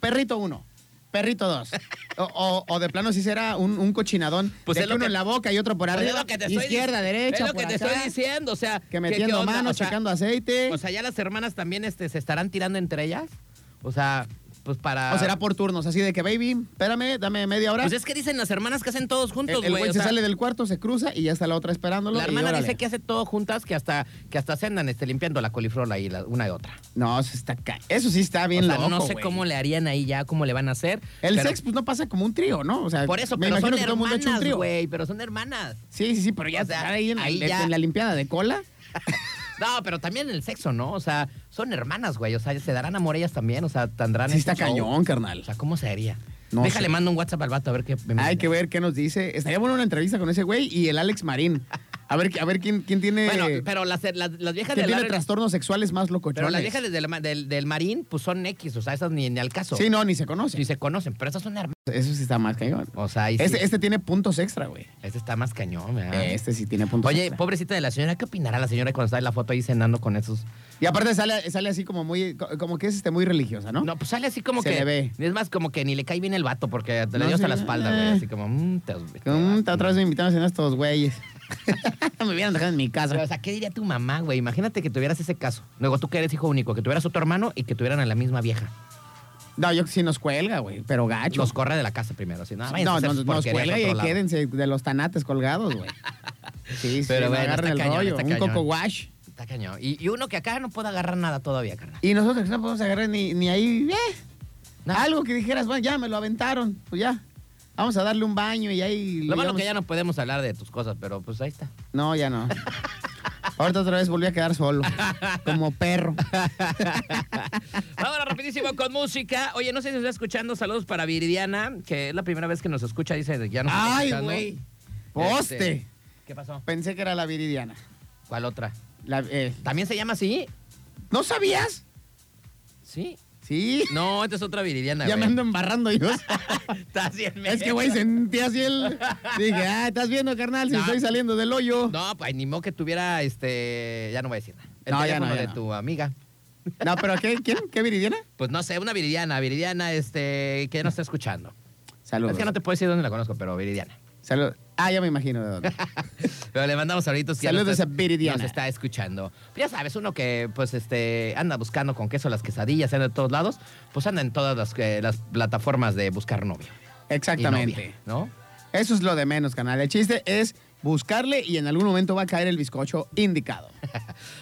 B: perrito 1, perrito 2. O, o- o de plano sí será un, un cochinadón.
A: Pues
B: Pues de
A: es
B: que
A: lo
B: uno
A: que-
B: en la boca y otro por
A: Pues es
B: arriba.
A: lo que te estoy
B: izquierda,
A: dic-
B: derecha,
A: Es lo
B: por
A: que te
B: acá,
A: estoy diciendo, o sea. ¿qué-
B: Que
A: qué
B: metiendo
A: onda?
B: manos,
A: O sea,
B: checando aceite.
A: O sea, ya las hermanas también este, se estarán tirando entre ellas. O sea, pues para.
B: o será por turnos, así de que, baby, espérame, dame media hora.
A: Pues es que dicen las hermanas que hacen todos juntos,
B: el
A: güey.
B: el güey
A: o
B: se
A: sea,
B: sale del cuarto, se cruza y ya está la otra esperándolo.
A: La
B: y
A: hermana
B: órale.
A: dice que hace todo juntas, que hasta que hasta se andan este, limpiando la coliflor ahí, la- una y otra.
B: No, eso, está ca- eso sí está bien
A: o sea,
B: loco,
A: no sé
B: güey.
A: cómo le harían ahí ya, cómo le van a hacer.
B: El
A: pero-
B: sex, pues no pasa como un trío, ¿no? O sea,
A: Por eso,
B: me
A: pero
B: imagino
A: son
B: que todo el mundo ha hecho un
A: hermanas,
B: trío.
A: güey, pero son hermanas.
B: Sí, sí, sí, pero ya
A: O sea,
B: estar ahí, en,
A: ahí
B: en-
A: ya-
B: en la limpiada de cola.
A: No, pero también el sexo, ¿no? O sea, son hermanas, güey. O sea, se darán amor ellas también, o sea, tendrán...
B: Sí,
A: este
B: está
A: show.
B: cañón, carnal.
A: O sea, ¿cómo se haría?
B: No
A: Déjale,
B: sé.
A: mando un WhatsApp al vato a ver qué... me
B: Hay
A: manda.
B: que ver qué nos dice. Estaría bueno una entrevista con ese güey y el Alex Marín. A ver, a ver quién, quién tiene,
A: Bueno, pero las, las, las viejas
B: quién
A: del...
B: tiene trastornos sexuales más locochones.
A: Pero las viejas del, del, del marín, pues son X, o sea, esas ni, ni al caso.
B: Sí, no, ni se conoce.
A: Ni se conocen, pero esas son hermanas.
B: Eso sí está más cañón.
A: O sea, ahí sí.
B: Este, este tiene puntos extra, güey.
A: Este está más cañón, ¿verdad?
B: Este sí tiene puntos
A: Oye,
B: extra.
A: pobrecita de la señora, ¿qué opinará la señora cuando está en la foto ahí cenando con esos?
B: Y aparte sale, sale así como muy, co- como que es este, muy religiosa, ¿no?
A: No, pues sale así como
B: Se
A: que.
B: le ve.
A: Es más, como que ni le cae bien el vato porque te le
B: No,
A: dio hasta la
B: sí,
A: espalda, güey.
B: eh.
A: Así como, mm, te, te
B: Mm,
A: vas,
B: te otra vez me invitaron a cenar estos güeyes. me hubieran dejado en mi
A: mm. Pero,
B: casa.
A: o sea, ¿qué diría tu mamá, güey? Imagínate que tuvieras ese caso. Luego tú que eres hijo único, que tuvieras otro hermano y que tuvieran a la misma vieja.
B: No, yo sí nos cuelga, güey, pero gacho.
A: Los corre de la casa primero. Así, no,
B: No,
A: váyanse a
B: Ah, no,
A: hacer
B: no,
A: sus
B: nos
A: porquerías
B: cuelga
A: a
B: y
A: otro
B: ahí
A: lado.
B: quédense de los tanates colgados, güey. Sí, sí,
A: Pero
B: no
A: bueno, está
B: agarren el
A: cañón,
B: rollo.
A: está
B: Un
A: cañón.
B: coco wash.
A: Está cañón. Y, y uno que acá no puede agarrar nada todavía, carnal.
B: Y nosotros no podemos agarrar ni, ni ahí, eh,
A: Nada.
B: algo que dijeras, bueno, ya me lo aventaron, pues ya. Vamos a darle un baño y ahí...
A: Lo malo
B: digamos-
A: que ya no podemos hablar de tus cosas, pero pues ahí está.
B: No, ya no. Ahorita otra vez volví a quedar solo, como perro.
A: Ahora rapidísimo con música. Oye, no sé si está escuchando. Saludos para Viridiana, que es la primera vez que nos escucha. Dice, ya nos está
B: ¡Ay,
A: escuchando.
B: güey!
A: Este,
B: ¡Poste!
A: ¿Qué pasó?
B: Pensé que era la viridiana.
A: ¿Cuál otra?
B: La- eh,
A: ¿También se llama así?
B: ¿No sabías?
A: Sí.
B: Sí.
A: No, esta es otra Viridiana,
B: ya me
A: güey.
B: ando embarrando, Dios.
A: Estás bien,
B: es que, güey, sentí así el... Dije, ah, estás viendo, carnal, si
A: No.
B: estoy saliendo del hoyo. No,
A: No, pues ni modo que tuviera, este... Ya no voy a decir nada. El
B: No, ya
A: teléfono
B: no, ya
A: de
B: no.
A: tu amiga.
B: pero ¿qué? ¿Quién? ¿Qué viridiana?
A: Pues no sé, una Viridiana. Viridiana, este... Que no está escuchando.
B: Saludos.
A: Es que no te puedo decir dónde la conozco, pero Viridiana.
B: Saludos. Ah, ya me imagino de dónde.
A: Pero le mandamos ahorita. si ya
B: Saludos
A: nos está-
B: a Viridiana.
A: Nos está escuchando. Ya sabes, uno que pues este anda buscando con queso las quesadillas, anda en todos lados, pues anda en todas las, eh, las plataformas de buscar novio. y
B: Exactamente.
A: novia, ¿No?
B: Eso es lo de menos, canal. El chiste es buscarle y en algún momento va a caer el bizcocho indicado.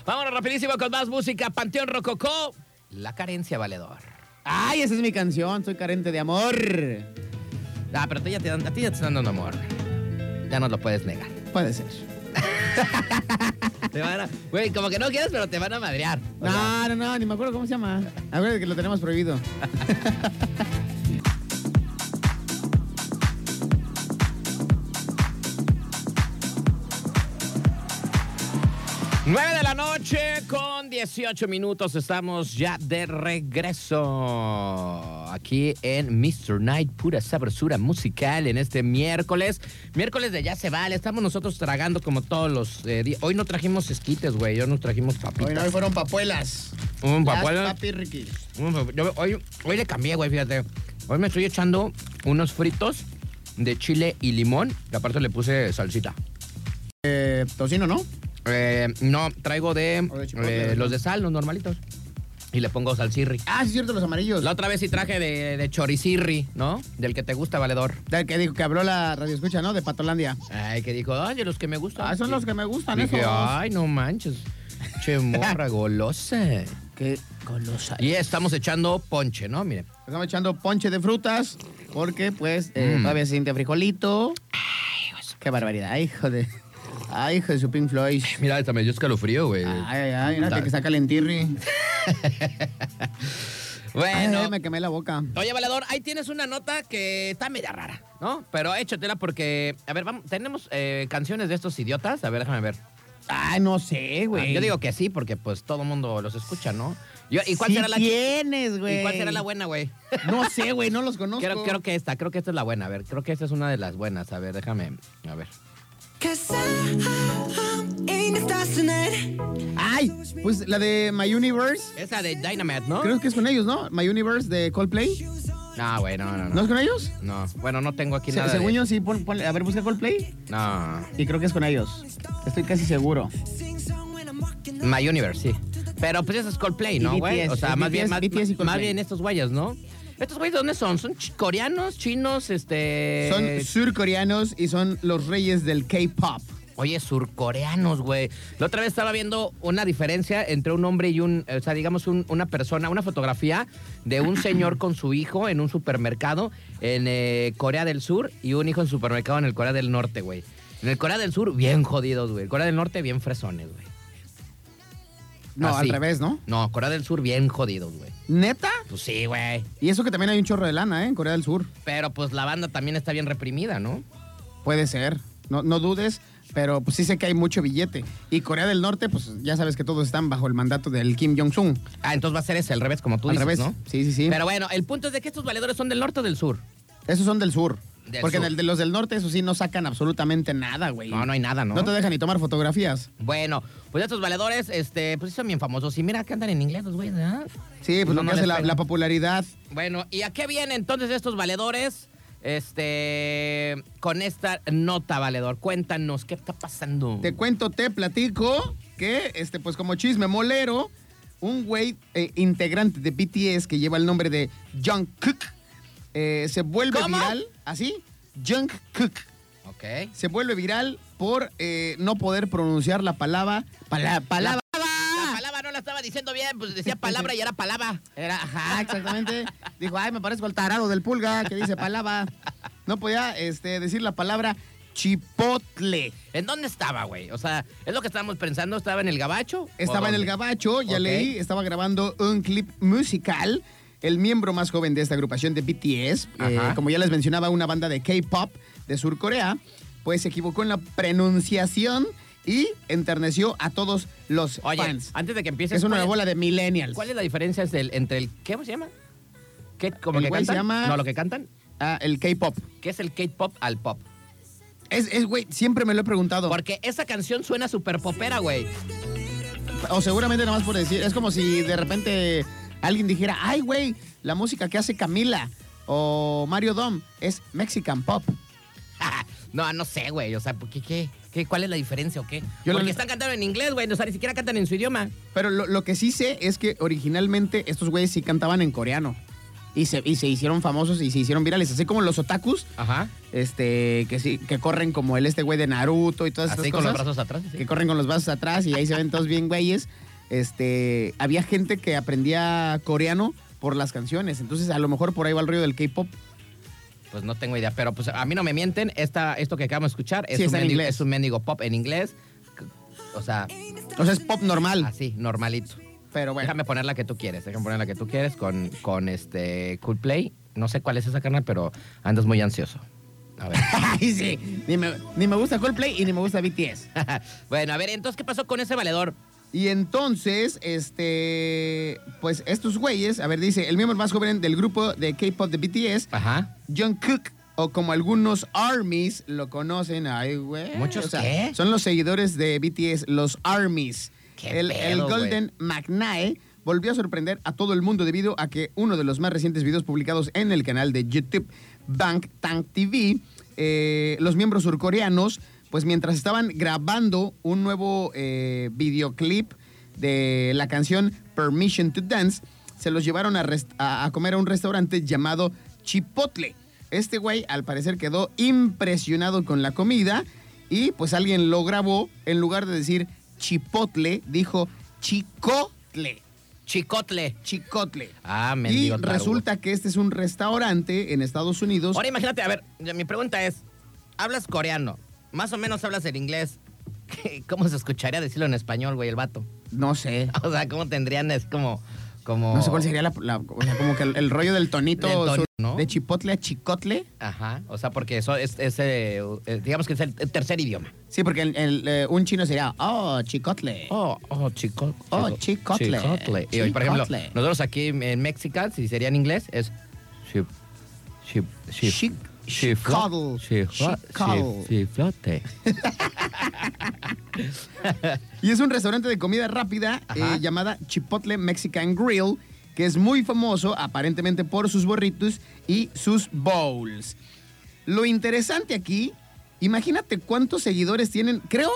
A: Vámonos rapidísimo con más música. Panteón Rococó, La Carencia Valedor.
B: Ay, esa es mi canción. Soy carente de amor.
A: Ah, pero tú ya te dan- a ti ya te están dando amor. Ya no lo puedes negar.
B: Puede ser.
A: Te van a- Güey, como que no quieres, pero te van a madrear. O sea,
B: No, no, no, ni me acuerdo cómo se llama. Acuérdate que lo tenemos prohibido.
A: Nueve de la noche con 18 minutos. Estamos ya de regreso aquí en Mr. Night, pura sabrosura musical en este miércoles. Miércoles de Ya se vale. Estamos nosotros tragando como todos los eh, días. Hoy no trajimos esquites, güey. Hoy no trajimos papitas.
B: Hoy no, hoy fueron papuelas.
A: Un
B: Las
A: papuelo.
B: Papi Ricky.
A: un papu- yo- hoy, hoy le cambié, güey, fíjate. Hoy me estoy echando unos fritos de chile y limón. Y aparte le puse salsita.
B: Eh, tocino, ¿no?
A: Eh, no, traigo de,
B: O de chipotle,
A: eh,
B: ¿no?
A: los de sal, los normalitos. Y le pongo salsirri.
B: Ah, sí, es cierto, los amarillos.
A: La otra vez sí traje de, de choricirri, ¿no? Del que te gusta, valedor.
B: Del que dijo que habló la radio escucha, ¿no? De Patolandia.
A: Ay, que dijo, ay, de los que me gustan.
B: Ah, son los que me gustan,
A: Dije, ah.
B: esos.
A: ay, no manches. Che, morra golosa.
B: Qué colosa.
A: Y estamos echando ponche, ¿no? Miren.
B: Estamos echando ponche de frutas porque, pues, eh,
A: Mm.
B: todavía se siente frijolito. Qué barbaridad, hijo de... Ay, Jesús Pink Floyd.
A: Mira, hasta me dio escalofrío, güey.
B: Ay, ay, ay, mira que está calentirri. Ay,
A: Bueno.
B: ay, me quemé la boca.
A: Oye, Valedor, ahí tienes una nota que está media rara, ¿no? Pero échatela porque, a ver, vamos, tenemos eh, canciones de estos idiotas. A ver, déjame ver.
B: Ay, no sé, güey.
A: Ah, yo digo que sí, porque pues todo mundo los escucha, ¿no? Yo- ¿Y cuál
B: Sí
A: será la
B: tienes, güey?
A: ¿Y cuál será la buena, güey?
B: No sé, güey, no los conozco.
A: Creo, creo que esta, creo que esta es la buena. A ver, creo que esta es una de las buenas. A ver, déjame, a ver.
C: Cause I, I'm in the stars tonight.
B: Ay, pues la de My Universe.
A: Esa de Dynamite, ¿no?
B: Creo que es con ellos, ¿no? My Universe de Coldplay.
A: No, güey, no, no,
B: ¿No
A: no.
B: es con ellos?
A: No, bueno, no tengo aquí
B: Se-
A: nada de-
B: según yo, sí. pon- ponle- a ver, busca Coldplay.
A: No.
B: Y creo que es con ellos. Estoy casi seguro.
A: My Universe, sí. Pero pues eso es Coldplay, ¿no,
B: Y
A: güey?
B: BTS,
A: O sea,
B: es
A: más bien,
B: BTS,
A: más,
B: BTS y Coldplay.
A: más bien estos güeyes, ¿no? ¿Estos güeyes de dónde son? ¿Son chi- coreanos, chinos, este...?
B: Son surcoreanos y son los reyes del K-pop.
A: Oye, surcoreanos, güey. La otra vez estaba viendo una diferencia entre un hombre y un, o sea, digamos, un- una persona, una fotografía de un señor con su hijo en un supermercado en eh, Corea del Sur y un hijo en supermercado en el Corea del Norte, güey. En el Corea del Sur, bien jodidos, güey. Corea del Norte, bien fresones, güey.
B: No,
A: Así.
B: al revés, ¿no?
A: No, Corea del Sur, bien jodidos, güey.
B: ¿Neta?
A: Pues sí, güey.
B: Y eso que también hay un chorro de lana, ¿eh? En Corea del Sur.
A: Pero pues la banda también está bien reprimida, ¿no?
B: Puede ser. No, no dudes, pero pues sí sé que hay mucho billete. Y Corea del Norte, pues ya sabes que todos están bajo el mandato del Kim Jong-un.
A: Ah, entonces va a ser ese, al revés, como tú
B: Al
A: dices,
B: revés.
A: ¿no?
B: Sí, sí, sí.
A: Pero bueno, el punto es de que estos valedores son del norte o del sur.
B: Esos son del sur.
A: Del
B: porque
A: sur.
B: en el de los del norte, eso sí, no sacan absolutamente nada, güey.
A: No, no hay nada, ¿no?
B: No te dejan ni tomar fotografías.
A: Bueno, pues estos valedores, este, pues sí son bien famosos. Y mira que andan en inglés los güeyes, ¿verdad?
B: Sí, pues
A: No,
B: lo
A: no
B: que hace
A: les
B: la,
A: pega.
B: la popularidad.
A: Bueno, ¿y a qué vienen entonces estos valedores? Este, con esta nota, valedor. Cuéntanos, ¿qué está pasando?
B: Te cuento, te platico que, este, pues como chisme molero, un güey eh, integrante de BTS que lleva el nombre de Jungkook eh, se vuelve
A: ¿Cómo?
B: viral, así, Jungkook
A: Ok.
B: se vuelve viral por eh, no poder pronunciar la palabra, pala- palabra.
A: La palabra no la estaba diciendo bien, pues decía palabra y era palabra. Era,
B: Ajá, Ah, exactamente. Dijo, ay, me parezco al tarado del pulga que dice palabra. No podía este, decir la palabra chipotle.
A: ¿En dónde estaba, güey? O sea, es lo que estábamos pensando, ¿estaba en el gabacho? ¿O
B: Estaba en el
A: dónde?
B: gabacho, ya
A: Ok.
B: leí, estaba grabando un clip musical. El miembro más joven de esta agrupación de BTS, eh,
A: Ajá.
B: como ya les mencionaba, una banda de K-pop de Sur Corea, pues se equivocó en la pronunciación y enterneció a todos los
A: Oye,
B: fans.
A: antes de que empieces.
B: Es una
A: ¿cuál
B: bola de millennials.
A: ¿Cuál es la diferencia entre el, entre el- ¿Qué se llama? ¿Qué, como
B: El
A: que
B: güey se
A: cantan?
B: llama-
A: No, lo que cantan.
B: Ah, el K-pop.
A: ¿Qué es el K-pop al pop?
B: Es, es, güey, siempre me lo he preguntado.
A: Porque esa canción suena súper popera, güey.
B: O seguramente nada más por decir. Es como si de repente alguien dijera, ay, güey, la música que hace Camila o Mario Dom es Mexican Pop.
A: no, no sé, güey. O sea, ¿por ¿qué, qué, qué, ¿cuál es la diferencia o qué?
B: Yo la
A: Porque
B: neta-
A: están cantando en inglés, güey. O sea, ni siquiera cantan en su idioma.
B: Pero lo, lo que sí sé es que originalmente estos güeyes sí cantaban en coreano. Y se, y se hicieron famosos y se hicieron virales. Así como los otakus,
A: Ajá.
B: este, que sí, que corren como el este güey de Naruto y todas
A: Así
B: estas
A: con los
B: cosas.
A: brazos atrás. sí.
B: que corren con los vasos atrás y ahí se ven todos bien güeyes. Este, había gente que aprendía coreano por las canciones, entonces a lo mejor por ahí va el río del K-pop.
A: Pues no tengo idea. Pero pues a mí no me mienten. Esta, esto que acabamos de escuchar es,
B: Sí,
A: un
B: está en
A: mendigo,
B: inglés.
A: es un mendigo pop en inglés. O sea,
B: O sea, es pop normal,
A: así, normalito.
B: pero bueno.
A: Déjame poner la que tú quieres, déjame poner la que tú quieres con, con este Cool Play. No sé cuál es esa carnal, pero andas muy ansioso. A ver.
B: Ay, sí. Ni me, ni me gusta Coldplay y ni me gusta BTS.
A: bueno, a ver, entonces, ¿qué pasó con ese valedor?
B: Y entonces, este, pues estos güeyes, a ver, dice, el miembro más joven del grupo de K-pop de BTS,
A: Ajá.
B: John Cook, o como algunos ARMYs lo conocen, ay, güey.
A: ¿Muchos qué?
B: Son los seguidores de BTS, los ARMYs.
A: ¿Qué
B: el,
A: pedo,
B: el
A: güey?
B: Golden McNae volvió a sorprender a todo el mundo debido a que uno de los más recientes videos publicados en el canal de YouTube Bank Tank TV, eh, los miembros surcoreanos, pues mientras estaban grabando un nuevo eh, videoclip de la canción Permission to Dance, se los llevaron a, rest- a- a comer a un restaurante llamado Chipotle. Este güey al parecer quedó impresionado con la comida y pues alguien lo grabó en lugar de decir chipotle, dijo chicotle,
A: Chicotle.
B: chicotle.
A: Ah,
B: y
A: mendigo tarugo.
B: resulta que este es un restaurante en Estados Unidos.
A: Ahora imagínate, a ver, mi pregunta es, hablas coreano, más o menos hablas el inglés, que, ¿cómo se escucharía decirlo en español, güey, el vato?
B: No sé.
A: O sea, ¿cómo tendrían? Es como, como...
B: No sé cuál sería la, la- o sea, como que el, el rollo del tonito
A: Del tono,
B: sur-
A: ¿no?
B: de chipotle a chicotle.
A: Ajá, o sea, porque eso es, es, eh, eh, digamos que es el el tercer idioma.
B: Sí, porque el- el, eh, un chino sería, oh, chicotle.
A: Oh, oh, chico,
B: Oh,
A: chico-
B: chicotle.
A: chicotle. Y hoy, por ejemplo,
B: Chicotle.
A: nosotros aquí en México, si sería en inglés, es chip, chip, chip,
B: Chic-
A: chiflo-
B: chicotle.
A: chiflo-
B: Chicotle.
A: chif- chiflote.
B: Y es un restaurante de comida rápida eh,
A: Ajá.
B: llamada Chipotle Mexican Grill, que es muy famoso aparentemente por sus burritos y sus bowls. Lo interesante aquí, imagínate cuántos seguidores tienen. Creo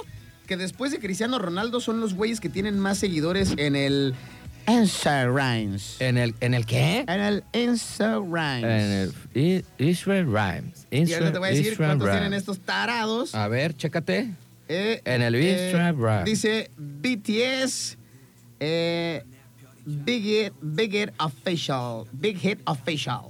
B: que después de Cristiano Ronaldo son los güeyes que tienen más seguidores en el Instagram.
A: ¿En el, ¿En el qué?
B: En el Instagram.
A: Eh. En el I- Israel Rhymes.
B: Y ahora te voy a decir
A: Israel
B: cuántos tienen
A: Rhymes. Ah,
B: estos tarados.
A: A ver, chécate.
B: Eh,
A: En el Instagram, bro.
B: Dice BTS eh, Big, Hit, Big Hit Official. Big Hit Official.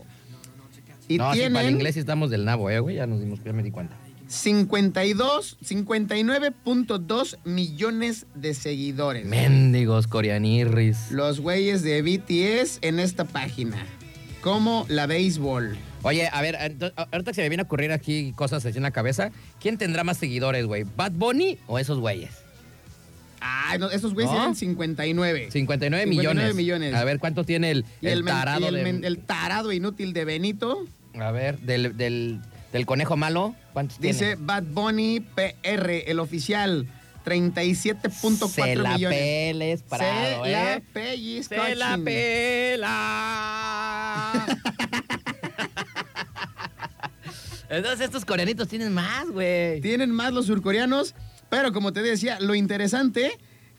B: Y
A: no, sí, para el
B: tienen
A: inglés sí estamos del nabo, eh, güey, ya nos dimos, ya me di cuenta.
B: 52, 59.2 millones de seguidores.
A: Méndigos coreanirris.
B: Los güeyes de BTS en esta página. Como la béisbol.
A: Oye, a ver, ento- a- ahorita que se me viene a ocurrir aquí cosas así en la cabeza. ¿Quién tendrá más seguidores, güey? ¿Bad Bunny o esos güeyes?
B: Ah, no, esos güeyes
A: ¿No?
B: tienen 59.
A: 59 millones.
B: 59 millones.
A: A ver, ¿cuánto tiene el,
B: y
A: el
B: el, men-
A: tarado
B: y el
A: de-
B: men- el tarado inútil de Benito.
A: A ver, del, del, del conejo malo, ¿cuántos
B: Dice
A: tiene?
B: Bad Bunny PR, el oficial, 37.4
A: Se la
B: millones.
A: peles, Prado,
B: Se la
A: ¿eh?
B: pellizco,
A: Se la
B: chin.
A: pela. Entonces estos coreanitos tienen más, güey.
B: Tienen más los surcoreanos, pero como te decía, lo interesante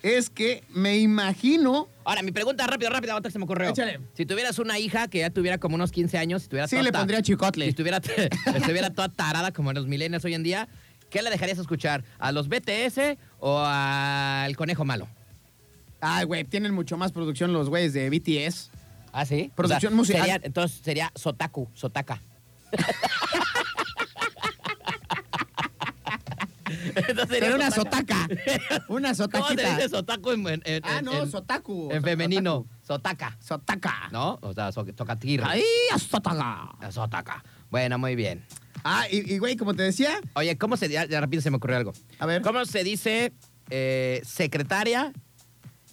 B: es que me imagino
A: Ahora, mi pregunta rápido, rápida, otra que se me ocurrió.
B: Échale.
A: Si tuvieras una hija que ya tuviera como unos 15 años, si tuviera
B: Sí,
A: toda
B: le
A: ta-
B: pondría chicotle.
A: Si estuviera, estuviera toda tarada como los millennials hoy en día, ¿qué le dejarías escuchar? ¿A los BTS o al Conejo Malo?
B: Ah, güey, tienen mucho más producción los güeyes de BTS.
A: ¿Ah, sí?
B: Producción
A: O sea,
B: musical.
A: sería- entonces sería Sotaku, Sotaka. Entonces sería
B: Pero una
A: Sotaka.
B: sotaca. Una
A: ¿Cómo se
B: sotaquita.
A: dice Sotaku en, en- en-
B: Ah, no,
A: en-
B: sotaku.
A: en femenino? Sotaka.
B: Sotaca.
A: ¿No? O sea, so- tocatirra.
B: Ahí, sotaca.
A: Eso ataca. Bueno, muy bien.
B: Ah, y, y, güey, como te decía,
A: Oye, ¿cómo se ya, ya rápido se me ocurrió algo?
B: A ver.
A: ¿Cómo se dice eh, secretaria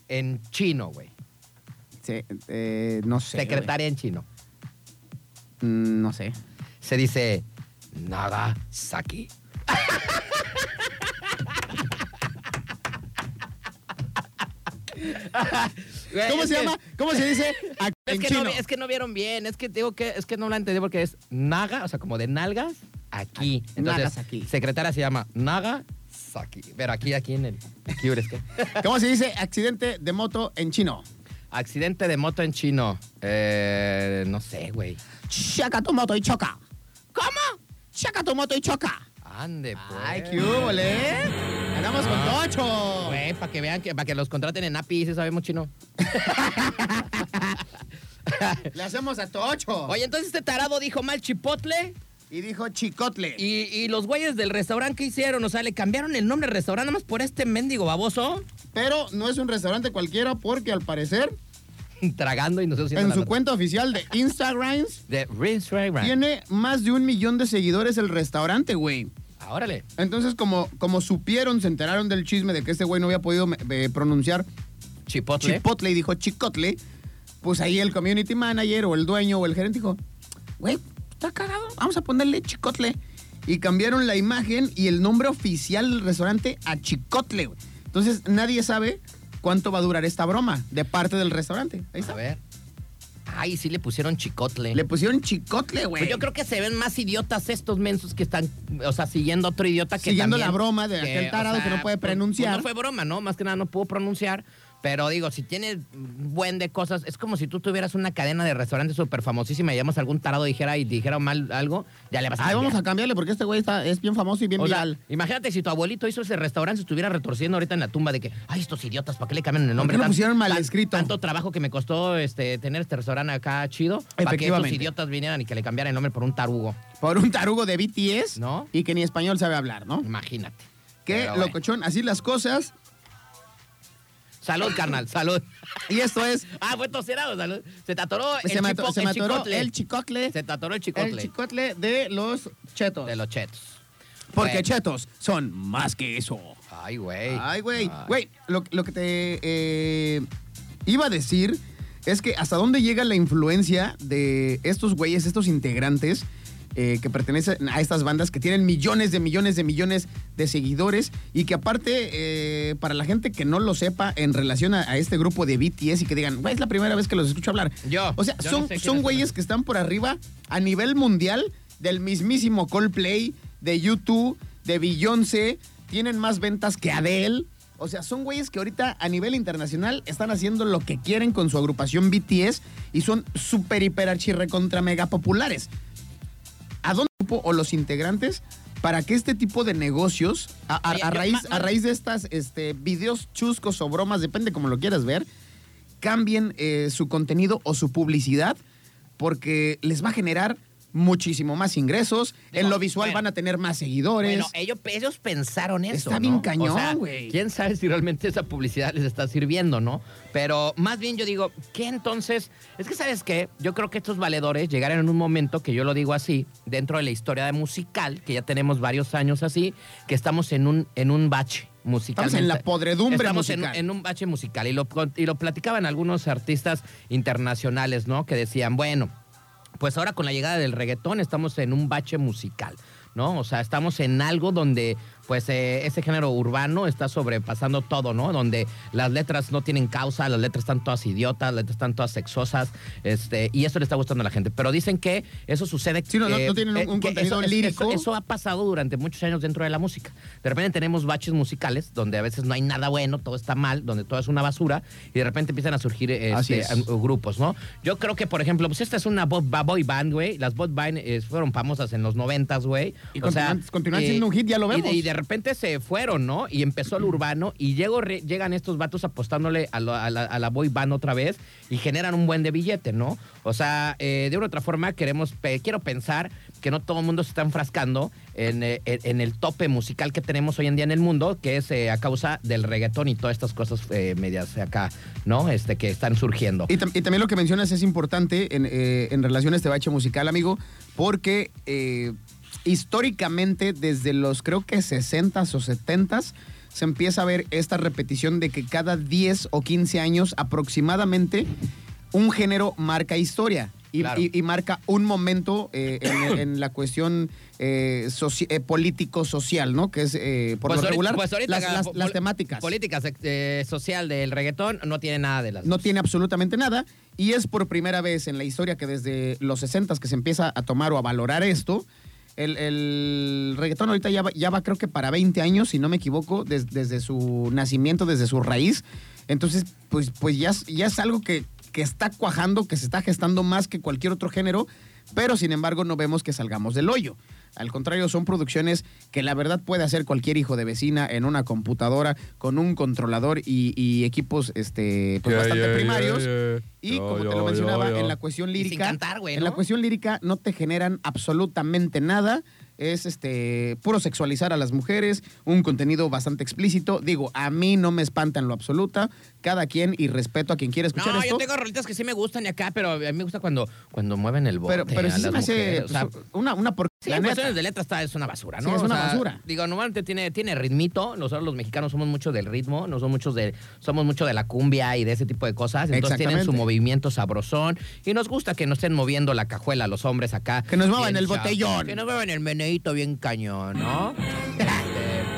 A: en chino, güey?
B: se- eh, no sé. güey.
A: secretaria en chino.
B: Mm, No sé.
A: Se dice Nagasaki. Güey,
B: ¿Cómo
A: es
B: se
A: que-
B: llama? ¿Cómo se dice? A-
A: Es
B: en
A: que,
B: chino.
A: no, vi- es que no vieron bien, es que te digo que es que no la entendí porque es naga, o sea, como de nalgas aquí. Entonces,
B: Nagasaki.
A: secretaria se llama naga saki, pero aquí aquí en el aquí, es que-
B: ¿Cómo se dice accidente de moto en chino?
A: Accidente de moto en chino. Eh, no sé, güey.
B: Chaca tu moto y choca. ¿Cómo? Chaca tu moto y choca.
A: Ande, pues.
B: Ay, qué húbole, ¿eh? Andamos con tocho.
A: Ah. Güey, para que vean que para que los contraten en API, si sabemos chino.
B: Le hacemos a tocho.
A: Oye, entonces este tarado dijo mal chipotle
B: Y dijo chicotle.
A: y, y los güeyes del restaurante que hicieron, o sea, le cambiaron el nombre al restaurante nada más por este mendigo baboso
B: Pero no es un restaurante cualquiera porque al parecer
A: tragando y nosotros
B: en su cuenta oficial de Instagram
A: de Restaurant.
B: tiene más de un millón de seguidores el restaurante, güey.
A: Ah, Órale.
B: Entonces, como, como supieron, se enteraron del chisme de que este güey no había podido me- eh, pronunciar
A: Chipotle.
B: Chipotle y dijo Chicotle, pues ahí el community manager o el dueño o el gerente dijo, güey, está cagado, vamos a ponerle Chicotle. Y cambiaron la imagen y el nombre oficial del restaurante a Chicotle. güey. Entonces nadie sabe cuánto va a durar esta broma de parte del restaurante. Ahí
A: A
B: está.
A: ver. Ay, sí le pusieron chicotle.
B: Le pusieron Chicotle, güey.
A: Pues yo creo que se ven más idiotas estos mensos que están, o sea, siguiendo a otro idiota que
B: Siguiendo
A: también-
B: la broma de aquel
A: o
B: tarado que no puede
A: pues,
B: pronunciar.
A: pues no fue broma, ¿no? Más que nada no pudo pronunciar. Pero digo, si tienes un buen de cosas, es como si tú tuvieras una cadena de restaurantes súper famosísima y llamas a algún tarado dijera y dijera mal algo, ya le vas a
B: Ahí vamos a
A: cambiar.
B: cambiarle porque este güey está, es bien famoso y bien
A: O sea,
B: viral.
A: imagínate si tu abuelito hizo ese restaurante, se estuviera retorciendo ahorita en la tumba de que, ay, estos idiotas, ¿para qué le cambian el nombre?
B: qué lo
A: Tan-
B: pusieron mal
A: tan-
B: escrito?"
A: Tanto trabajo que me costó este, tener este restaurante acá chido, para que estos
B: Efectivamente.
A: idiotas vinieran y que le cambiaran el nombre por un tarugo.
B: Por un tarugo de BTS
A: ¿No?
B: y que ni español sabe hablar, ¿no?
A: Imagínate.
B: Qué
A: Pero bueno.
B: locochón, así las cosas.
A: Salud, carnal, salud.
B: Y esto es.
A: Ah, fue toserado, salud. Se te atoró el,
B: se me, ato-
A: chipo-
B: se
A: el
B: me atoró
A: chicotle.
B: el chicotle.
A: se te atoró el chicotle.
B: El chicotle de los chetos.
A: De los chetos.
B: Porque
A: Bueno.
B: chetos son más que eso.
A: Ay, güey.
B: Ay, güey. Güey, lo, lo que te eh, iba a decir es que hasta dónde llega la influencia de estos güeyes, estos integrantes eh, que pertenecen a estas bandas que tienen millones de millones de millones de seguidores y que aparte, eh, para la gente que no lo sepa en relación a, a este grupo de BTS y que digan, güey, es la primera vez que los escucho hablar.
A: Yo,
B: O sea,
A: yo no
B: son,
A: sé quiénes
B: son
A: son
B: güeyes
A: esos.
B: que están por arriba a nivel mundial del mismísimo Coldplay, de YouTube, de Beyoncé, tienen más ventas que Adele. O sea, son güeyes que ahorita a nivel internacional están haciendo lo que quieren con su agrupación BTS y son súper, hiper, archi, recontra, mega populares. ¿A dónde el grupo o los integrantes para que este tipo de negocios, a, a-
A: Oye,
B: a
A: yo-
B: raíz,
A: ma- ma-
B: a raíz de estas este, videos chuscos o bromas, depende como lo quieras ver, cambien eh, su contenido o su publicidad porque les va a generar muchísimo más ingresos.
A: Digo,
B: en lo visual
A: bueno.
B: van a tener más seguidores.
A: Bueno, ellos, ellos pensaron eso.
B: Está bien
A: ¿no?
B: cañón,
A: O sea,
B: güey.
A: quién sabe si realmente esa publicidad les está sirviendo, ¿no? Pero más bien yo digo, ¿qué entonces? Es que, ¿sabes qué? Yo creo que estos valedores llegaron en un momento, que yo lo digo así, dentro de la historia de musical, que ya tenemos varios años así, que estamos en un, en un bache musical.
B: Estamos en la podredumbre
A: Estamos en-
B: musical.
A: en un bache musical. Y lo, con- y lo platicaban algunos artistas internacionales, ¿no? Que decían, bueno, pues ahora con la llegada del reggaetón estamos en un bache musical, ¿no? O sea, estamos en algo donde, pues, eh, ese género urbano está sobrepasando todo, ¿no? Donde las letras no tienen causa, las letras están todas idiotas, las letras están todas sexosas, este, y eso le está gustando a la gente. Pero dicen que eso sucede...
B: Sí, no, no-
A: eh,
B: no tienen un- un
A: que
B: contenido
A: eso- es-
B: lírico.
A: eso- eso ha pasado durante muchos años dentro de la música. De repente tenemos baches musicales donde a veces no hay nada bueno, todo está mal, donde todo es una basura y de repente empiezan a surgir este,
B: Así es.
A: am- grupos, ¿no? Yo creo que, por ejemplo, pues esta es una bo- ba- boy band, güey. Las boy band eh, fueron famosas en los noventas, güey. eh,
B: Y continúan- continúan siendo un hit, ya lo
A: y de-
B: vemos.
A: Y, de repente se fueron, ¿no? Y empezó el urbano y llegó, re- llegan estos vatos apostándole a, lo- a la, a la boy band otra vez y generan un buen de billete, ¿no? O sea, eh, de una u otra forma queremos, pe- quiero pensar que no todo el mundo se está enfrascando en, eh, en- en el tope musical que tenemos hoy en día en el mundo, que es eh, a causa del reggaetón y todas estas cosas eh, medias acá, ¿no? Este, que están surgiendo.
B: Y, tam- y también lo que mencionas es importante en, eh, en relación a este bache musical, amigo, porque eh, históricamente, desde los creo que 60s o 70s, se empieza a ver esta repetición de que cada 10 o 15 años aproximadamente un género marca historia. Y,
A: Claro.
B: y- y marca un momento eh, en, en la cuestión eh, soci- eh, político-social, ¿no? Que es, eh, por lo
A: ahorita-
B: regular,
A: pues ahorita
B: las,
A: acá,
B: las-
A: pol-
B: las temáticas.
A: Políticas eh, social del reggaetón no tiene nada de las
B: no tiene absolutamente nada y es por primera vez en la historia que desde los 60 que se empieza a tomar o a valorar esto. El, el reggaetón ahorita ya va, ya va creo que para 20 años, si no me equivoco, des- desde su nacimiento, desde su raíz. Entonces, pues, pues ya, es- ya es algo que, que está cuajando, que se está gestando más que cualquier otro género, pero sin embargo no vemos que salgamos del hoyo. Al contrario, son producciones que la verdad puede hacer cualquier hijo de vecina en una computadora con un controlador y, y equipos este, pues,
E: Ya,
B: bastante
E: ya, ya,
B: primarios.
E: ya.
B: Y
E: Ya,
B: como te
E: ya,
B: lo
E: ya,
B: mencionaba,
E: ya.
B: en la cuestión
A: Y sin
B: lírica.
A: cantar, güey,
B: En la
A: ¿no?
B: cuestión lírica no te generan absolutamente nada. Es este puro sexualizar a las mujeres, un contenido bastante explícito. Digo, a mí no me espanta en lo absoluta. Cada quien y respeto a quien quiera escuchar
A: No,
B: esto.
A: yo tengo rolitas que sí me gustan y acá, pero a mí me gusta cuando, cuando mueven el bote.
B: pero pero
A: a
B: sí se
A: las
B: me hace
A: mujeres, o sea,
B: pues, una, una por-
A: Sí,
B: la
A: en
B: neta.
A: cuestiones de letra está, es una basura, ¿no?
B: Sí, es
A: O
B: una
A: sea,
B: basura.
A: Digo, normalmente tiene, tiene ritmito. Nosotros los mexicanos somos mucho del ritmo, no somos muchos de, somos mucho de la cumbia y de ese tipo de cosas. Entonces tienen su
B: Exactamente.
A: movimiento sabrosón. Y nos gusta que nos estén moviendo la cajuela los hombres acá.
B: Que nos muevan
A: Bien
B: el
A: chavos.
B: botellón.
A: Que nos muevan el meneíto bien cañón, ¿no? Este,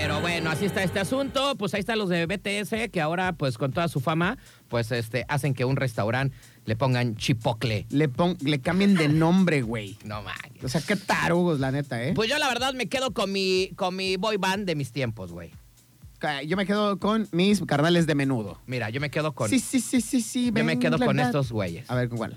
A: Pero bueno, así está este asunto. Pues ahí están los de BTS, que ahora, pues con toda su fama, pues este, hacen que un restaurante le pongan chipocle.
B: Le, pon- le cambien de nombre, güey.
A: No mames.
B: O sea, qué tarugos, la neta, ¿eh?
A: Pues yo la verdad me quedo con mi, con mi boy band de mis tiempos, güey.
B: Ca- Yo me quedo con mis carnales de menudo.
A: Mira, yo me quedo con.
B: Sí, sí, sí, sí, sí.
A: yo me
B: ven,
A: quedo
B: la
A: con
B: verdad.
A: estos güeyes.
B: A ver, ¿con cuál?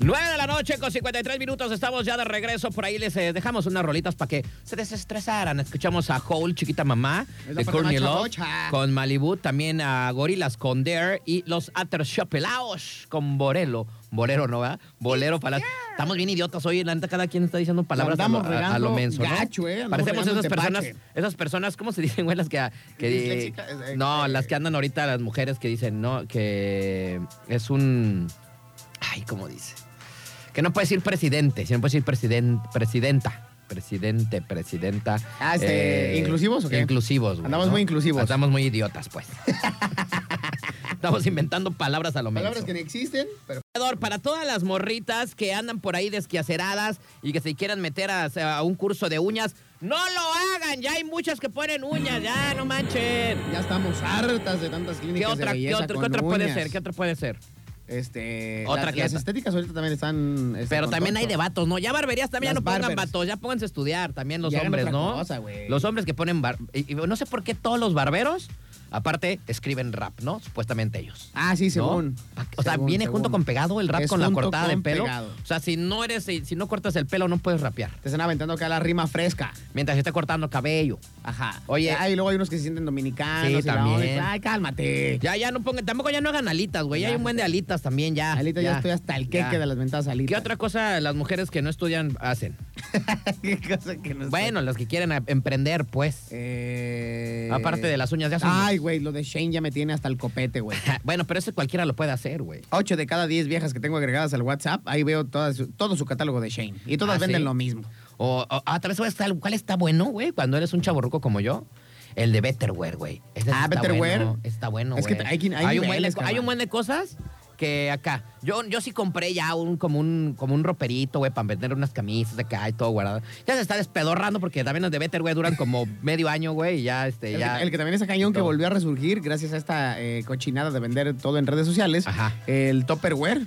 A: 9 de la noche con 53 minutos, estamos ya de regreso. Por ahí les eh, dejamos unas rolitas para que se desestresaran. Escuchamos a Hole, Chiquita Mamá,
B: Es la
A: de
B: parte
A: Courtney
B: más
A: Love,
B: chavocha.
A: con Malibu, también a Gorilas con Dare y los Aterciopelados con Borelo. Borero, ¿no? va? Bolero para Estamos bien idiotas hoy, la neta, cada quien está diciendo palabras a lo,
B: andamos
A: a- a lo
B: regando
A: menso, ¿no?
B: gacho, ¿eh? Andamos
A: Parecemos
B: regando
A: esas
B: el
A: personas,
B: tepache.
A: esas personas, ¿cómo se dicen, güey? Las que... que-
B: Disléxicas, eh,
A: no,
B: eh,
A: las que andan ahorita las mujeres que dicen, no, que es un... Ay, ¿cómo dice? Que no puede decir presidente, sino puede decir president, presidenta. Presidente, presidenta. eh,
B: Ah, este, ¿inclusivos o qué?
A: Inclusivos, güey.
B: Andamos muy inclusivos.
A: Andamos muy idiotas, pues. Estamos inventando palabras a lo menos.
B: Palabras que no existen, pero
A: Salvador, Para todas las morritas que andan por ahí desquiaceradas y que se quieran meter a, a un curso de uñas, no lo hagan. Ya hay muchas que ponen uñas, ya no manchen.
B: ya estamos hartas de tantas
A: ¿Qué
B: clínicas
A: otra,
B: de
A: qué
B: belleza
A: otra- qué
B: con
A: otra puede
B: uñas.
A: ser? ¿Qué otra puede ser?
B: Este,
A: Otra
B: la-
A: que
B: las
A: otra.
B: estéticas ahorita también están... este,
A: Pero
B: con
A: también hay
B: tonto.
A: debatos, ¿no? Ya barberías también
B: Las
A: ya no pongan
B: bárbaras.
A: vatos, ya pónganse a estudiar también los
B: Y hagan
A: hombres,
B: otra
A: ¿no?
B: cosa, güey.
A: los hombres que ponen bar- y- y no sé por qué todos los barberos aparte escriben rap, ¿no? Supuestamente ellos.
B: Ah, sí, según.
A: ¿no? O sea,
B: Según,
A: viene junto
B: según.
A: con pegado el rap
B: Es
A: con la
B: junto
A: cortada de
B: con
A: pelo.
B: pegado.
A: O sea, si no eres si no cortas el pelo no puedes rapear.
B: Te están aventando acá la rima fresca.
A: Mientras se está cortando cabello. Ajá. Oye,
B: Ay, y luego hay unos que se sienten dominicanos.
A: Sí,
B: y la
A: también.
B: onda, Ay, cálmate.
A: ya ya no pongan, tampoco ya no hagan alitas, güey. Ya hay
B: Ya,
A: un buen de alitas también ya.
B: Alita, ya, estoy hasta el
A: ya.
B: queque de las ventadas Alita.
A: ¿Qué otra cosa las mujeres que no estudian hacen?
B: ¿Qué cosa que no sé?
A: Bueno, las que quieren em- emprender, pues.
B: Eh,
A: Aparte de las uñas, ya son-
B: Ay, güey, lo de Shane ya me tiene hasta el copete, güey.
A: Ja, Ah, Bueno, pero eso cualquiera lo puede hacer, güey.
B: Ocho de cada diez viejas que tengo agregadas al WhatsApp, ahí veo todas, su- todo su catálogo de Shane. Y todas
A: ¿Ah,
B: venden
A: sí?
B: lo mismo.
A: O, o- ah, tal vez está, ¿cuál está bueno, güey? Cuando eres un chaborruco como yo. El de Betterware, güey. Ese sí
B: Ah,
A: está
B: Betterware.
A: bueno, está bueno,
B: Es que
A: güey.
B: hay quien- hay
A: un buen de,
B: niveles,
A: co- hay un
B: cabrón.
A: buen de cosas que acá. Yo, yo sí compré ya un como un como un roperito, güey, para vender unas camisas acá y todo guardado. Ya se está despedorrando porque también los de Betterware duran como medio año, güey, y ya este
B: El,
A: ya
B: que, el que también es cañón que
A: Todo.
B: volvió a resurgir gracias a esta eh, cochinada de vender todo en redes sociales.
A: Ajá.
B: El Topperware.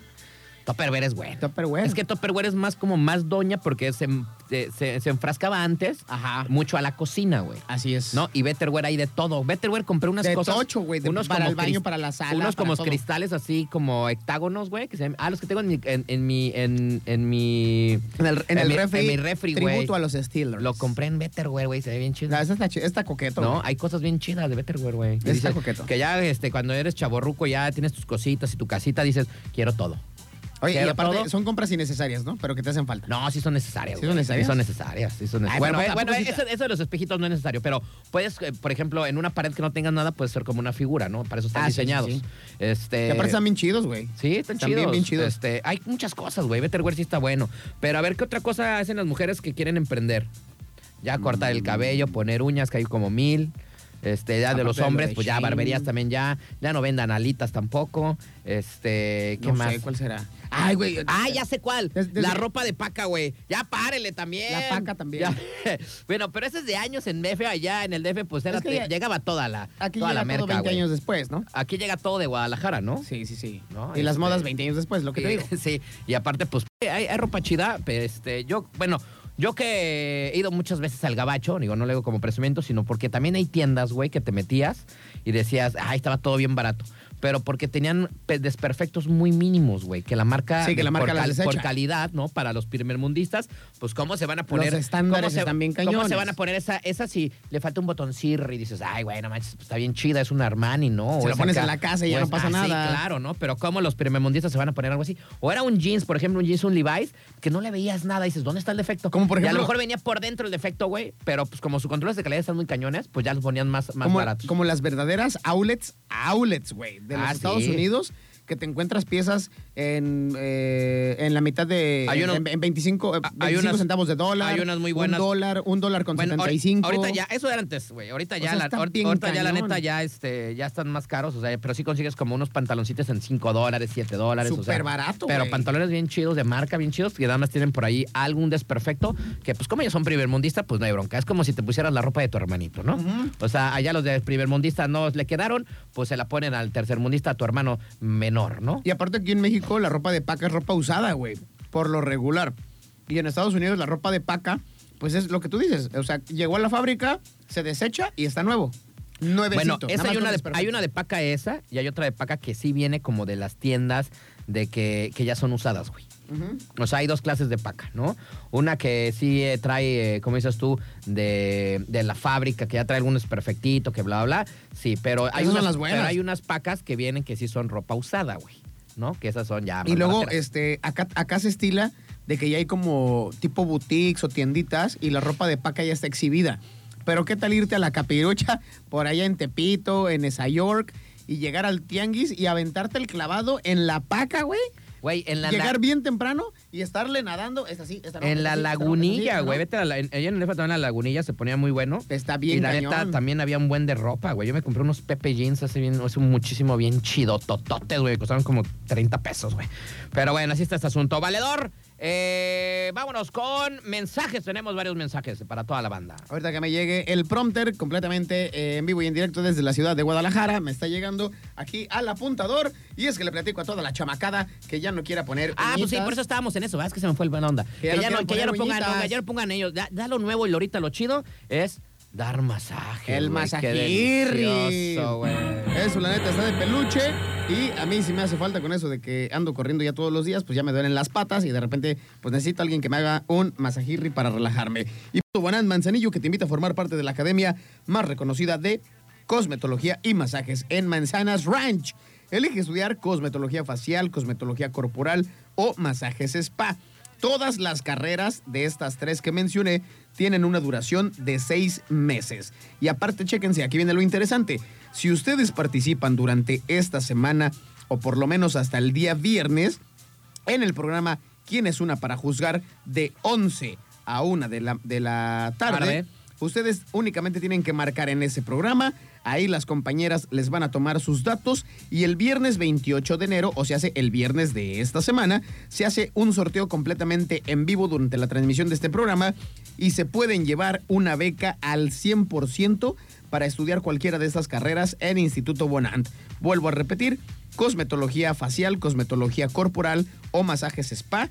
A: Tupperware es bueno.
B: Tupperware.
A: Es que Tupperware es más como más doña porque se, se, se- se enfrascaba antes
B: Ajá.
A: mucho a la cocina, güey.
B: Así es.
A: No, y Betterware hay de todo. Betterware compré unas
B: De
A: cosas.
B: tocho, güey, de-
A: unos
B: para
A: como
B: el baño,
A: cris-
B: para la sala,
A: Unos
B: para
A: como
B: todo.
A: cristales así como hectágonos, güey. que se llaman- Ah, los que tengo en mi. En, en mi. En, en mi.
B: En el, en el
A: mi-
B: refri.
A: En mi refri, güey.
B: Tributo a los Steelers.
A: Lo compré en Betterware, güey. Se ve bien chido.
B: No, esta está, chi- esta coqueto.
A: No,
B: Ah, güey.
A: hay cosas bien chidas de Betterware, güey. Y
B: Está
A: dices
B: coqueto.
A: Que ya este, cuando eres chaborruco, ya tienes tus cositas y tu casita, dices, quiero todo.
B: Oye, y
A: ¿Quiero
B: aparte,
A: todo?
B: son compras innecesarias, ¿no? Pero que te hacen falta.
A: No, sí son necesarias.
B: ¿Sí
A: güey.
B: son necesarias?
A: Sí son necesarias. sí son necesarias.
B: Ay, pero pues
A: bueno,
B: tampoco
A: bueno,
B: sí
A: eso, eso de los espejitos no es necesario, pero puedes, eh, por ejemplo, en una pared que no tenga nada, puede ser como una figura, ¿no? Para eso están
B: Ah, sí, sí,
A: diseñados.
B: sí.
A: Este.
B: y aparte están bien chidos, güey.
A: Sí, están
B: Están bien,
A: chidos.
B: bien chidos.
A: Este, hay muchas cosas, güey. Betterware sí está bueno. Pero a ver, ¿qué otra cosa hacen las mujeres que quieren emprender? Ya cortar el cabello, poner uñas, que hay como mil. Este, ya de
B: Mm. Aparte
A: los
B: de lo
A: hombres,
B: de
A: pues ya
B: Shein.
A: barberías también ya. Ya no vendan alitas tampoco. Este, ¿qué
B: No
A: más?
B: sé cuál será. Ay, güey.
A: Ah, ya sé cuál.
B: Des- desde-
A: la ropa de paca, güey. Ya párele también.
B: La paca también.
A: Ya. bueno, pero ese es de años en DF. Allá en el DF, pues era-
B: Es que ya-
A: llegaba toda la,
B: Aquí
A: toda
B: llega
A: la
B: todo
A: merca,
B: 20
A: güey.
B: años después, ¿no?
A: Aquí llega todo de Guadalajara, ¿no?
B: Sí, sí, sí.
A: No,
B: y las
A: este-
B: modas 20 años después, lo que te digo.
A: Sí, sí. Y aparte, pues, hay, hay ropa chida. pero, Este, yo, bueno, yo que he ido muchas veces al gabacho, digo, no lo digo como presumimiento, sino porque también hay tiendas, güey, que te metías y decías, ay, estaba todo bien barato. Pero porque tenían pe- desperfectos muy mínimos, güey. Que la marca,
B: Sí, que la
A: de-
B: marca
A: por,
B: la
A: cal-
B: desecha.
A: por calidad, ¿no? Para los primermundistas, pues cómo se van a poner.
B: estándares
A: cómo se-
B: están bien
A: ¿Cómo se
B: cañones.
A: van a poner esa, esa si le falta un botoncirri y dices, ay, güey, no manches, pues, está bien chida, es un Armani, ¿no? O
B: Se lo
A: es
B: pones
A: acá,
B: en la casa y
A: o
B: ya no
A: es-
B: pasa
A: ah, sí,
B: nada.
A: claro. Claro, ¿no? Pero ¿cómo los primermundistas se van a poner algo así? O era un jeans, por ejemplo, un jeans, un Levi's, que no le veías nada. Dices, ¿dónde está el defecto?
B: Como, por
A: Y a lo
B: ejemplo-
A: mejor venía por dentro el defecto, güey. Pero pues como sus controles de calidad están muy cañones, pues ya los ponían más, más
B: como,
A: baratos.
B: como las verdaderas outlets, outlets, güey, de los
A: Ah,
B: Estados
A: sí.
B: Unidos, que te encuentras piezas en, eh, en la mitad de.
A: Hay uno-
B: en, en 25, eh,
A: Ah, hay
B: 25
A: unas-
B: centavos de dólar.
A: hay unas muy buenas.
B: Un dólar, un dólar con
A: Bueno, ahor-
B: 75.
A: Ahorita ya, eso era antes, güey. Ahorita
B: O
A: ya,
B: sea,
A: la,
B: está
A: ahor-
B: bien
A: ahorita ya la
B: cañón.
A: neta ya, este, ya están más caros. O sea, pero sí consigues como unos pantaloncitos en 5 dólares, 7 dólares. o sea,
B: Súper barato,
A: Pero
B: güey.
A: pantalones bien chidos, de marca bien chidos, que nada más tienen por ahí algún desperfecto. Que pues como ellos son primermundistas, pues no hay bronca. Es como si te pusieras la ropa de tu hermanito, ¿no? O sea, allá los de primermundistas no le quedaron, pues se la ponen al tercermundista, a tu hermano menor, ¿no?
B: Y aparte aquí en México la ropa de paca es ropa usada, güey, por lo regular. Y en Estados Unidos la ropa de paca, pues es lo que tú dices. O sea, llegó a la fábrica, se desecha y está nuevo.
A: Bueno,
B: Nuevecito.
A: esa hay,
B: nada más
A: una
B: con
A: de,
B: desperfecto.
A: hay una de paca esa y hay otra de paca que sí viene como de las tiendas de que, que ya son usadas, güey.
B: Ujú.
A: O sea, hay dos clases de paca, ¿no? Una que sí eh, trae, eh, como dices tú, de, de la fábrica, que ya trae algunos perfectito, que bla, bla, bla. Sí, pero hay,
B: Esas son
A: unas,
B: las buenas.
A: pero hay unas pacas que vienen que sí son ropa usada, güey. ¿No? Que esas son ya. más
B: Y luego,
A: barateras.
B: este, acá, acá se estila de que ya hay como tipo boutiques o tienditas y la ropa de paca ya está exhibida. Pero qué tal irte a la capirucha por allá en Tepito, en Esa York, y llegar al tianguis y aventarte el clavado en la paca, güey.
A: Güey, en la.
B: Llegar bien temprano y estarle nadando. Es así, esta no,
A: En la
B: esta sí, esta no, esta
A: lagunilla,
B: sí,
A: güey. Vete
B: esta
A: a la, en, ella en el EFA también en la lagunilla se ponía muy bueno.
B: no. Está bien
A: y la
B: cañón.
A: neta también había un buen de ropa, güey. Yo me compré unos Pepe Jeans hace bien, hace muchísimo bien chido, tototes, güey. Costaron como 30 pesos, güey. Pero bueno, así está este asunto. Valedor, eh, vámonos con mensajes. Tenemos varios mensajes para toda la banda.
B: Ahorita que me llegue el prompter completamente eh, en vivo y en directo desde la ciudad de Guadalajara, me está llegando aquí al apuntador y es que le platico a toda la chamacada que ya no quiera poner
A: Ah, pues sí,
B: uñitas.
A: por eso estábamos en eso, ¿verdad? Es que se me fue el buena onda.
B: Que
A: Que,
B: ya no
A: ya, no,
B: quieren
A: que ya no
B: poner
A: pongan,
B: uñitas.
A: no, que ya no pongan ellos. Da, da lo nuevo y lo ahorita lo chido es dar masaje. güey. Qué
B: El masajirri.
A: delicioso, güey.
B: Eso, la neta, está de peluche. Y a mí sí me hace falta con eso de que ando corriendo ya todos los días, pues ya me duelen las patas y de repente, pues necesito a alguien que me haga un masajirri para relajarme. Y Buenas Manzanillo, que te invita a formar parte de la academia más reconocida de cosmetología y masajes en Manzanas Ranch. Elige estudiar cosmetología facial, cosmetología corporal o masajes spa. Todas las carreras de estas tres que mencioné tienen una duración de seis meses. Y aparte, chéquense, aquí viene lo interesante. Si ustedes participan durante esta semana o por lo menos hasta el día viernes, en el programa ¿Quién es una para juzgar? de 11 a 1 de la, de la tarde.
A: Tarde.
B: Ustedes únicamente tienen que marcar en ese programa. Ahí las compañeras les van a tomar sus datos y el viernes 28 de enero, o se hace el viernes de esta semana, se hace un sorteo completamente en vivo durante la transmisión de este programa y se pueden llevar una beca al 100% para estudiar cualquiera de estas carreras en Instituto Bonant. Vuelvo a repetir, cosmetología facial, cosmetología corporal o masajes spa.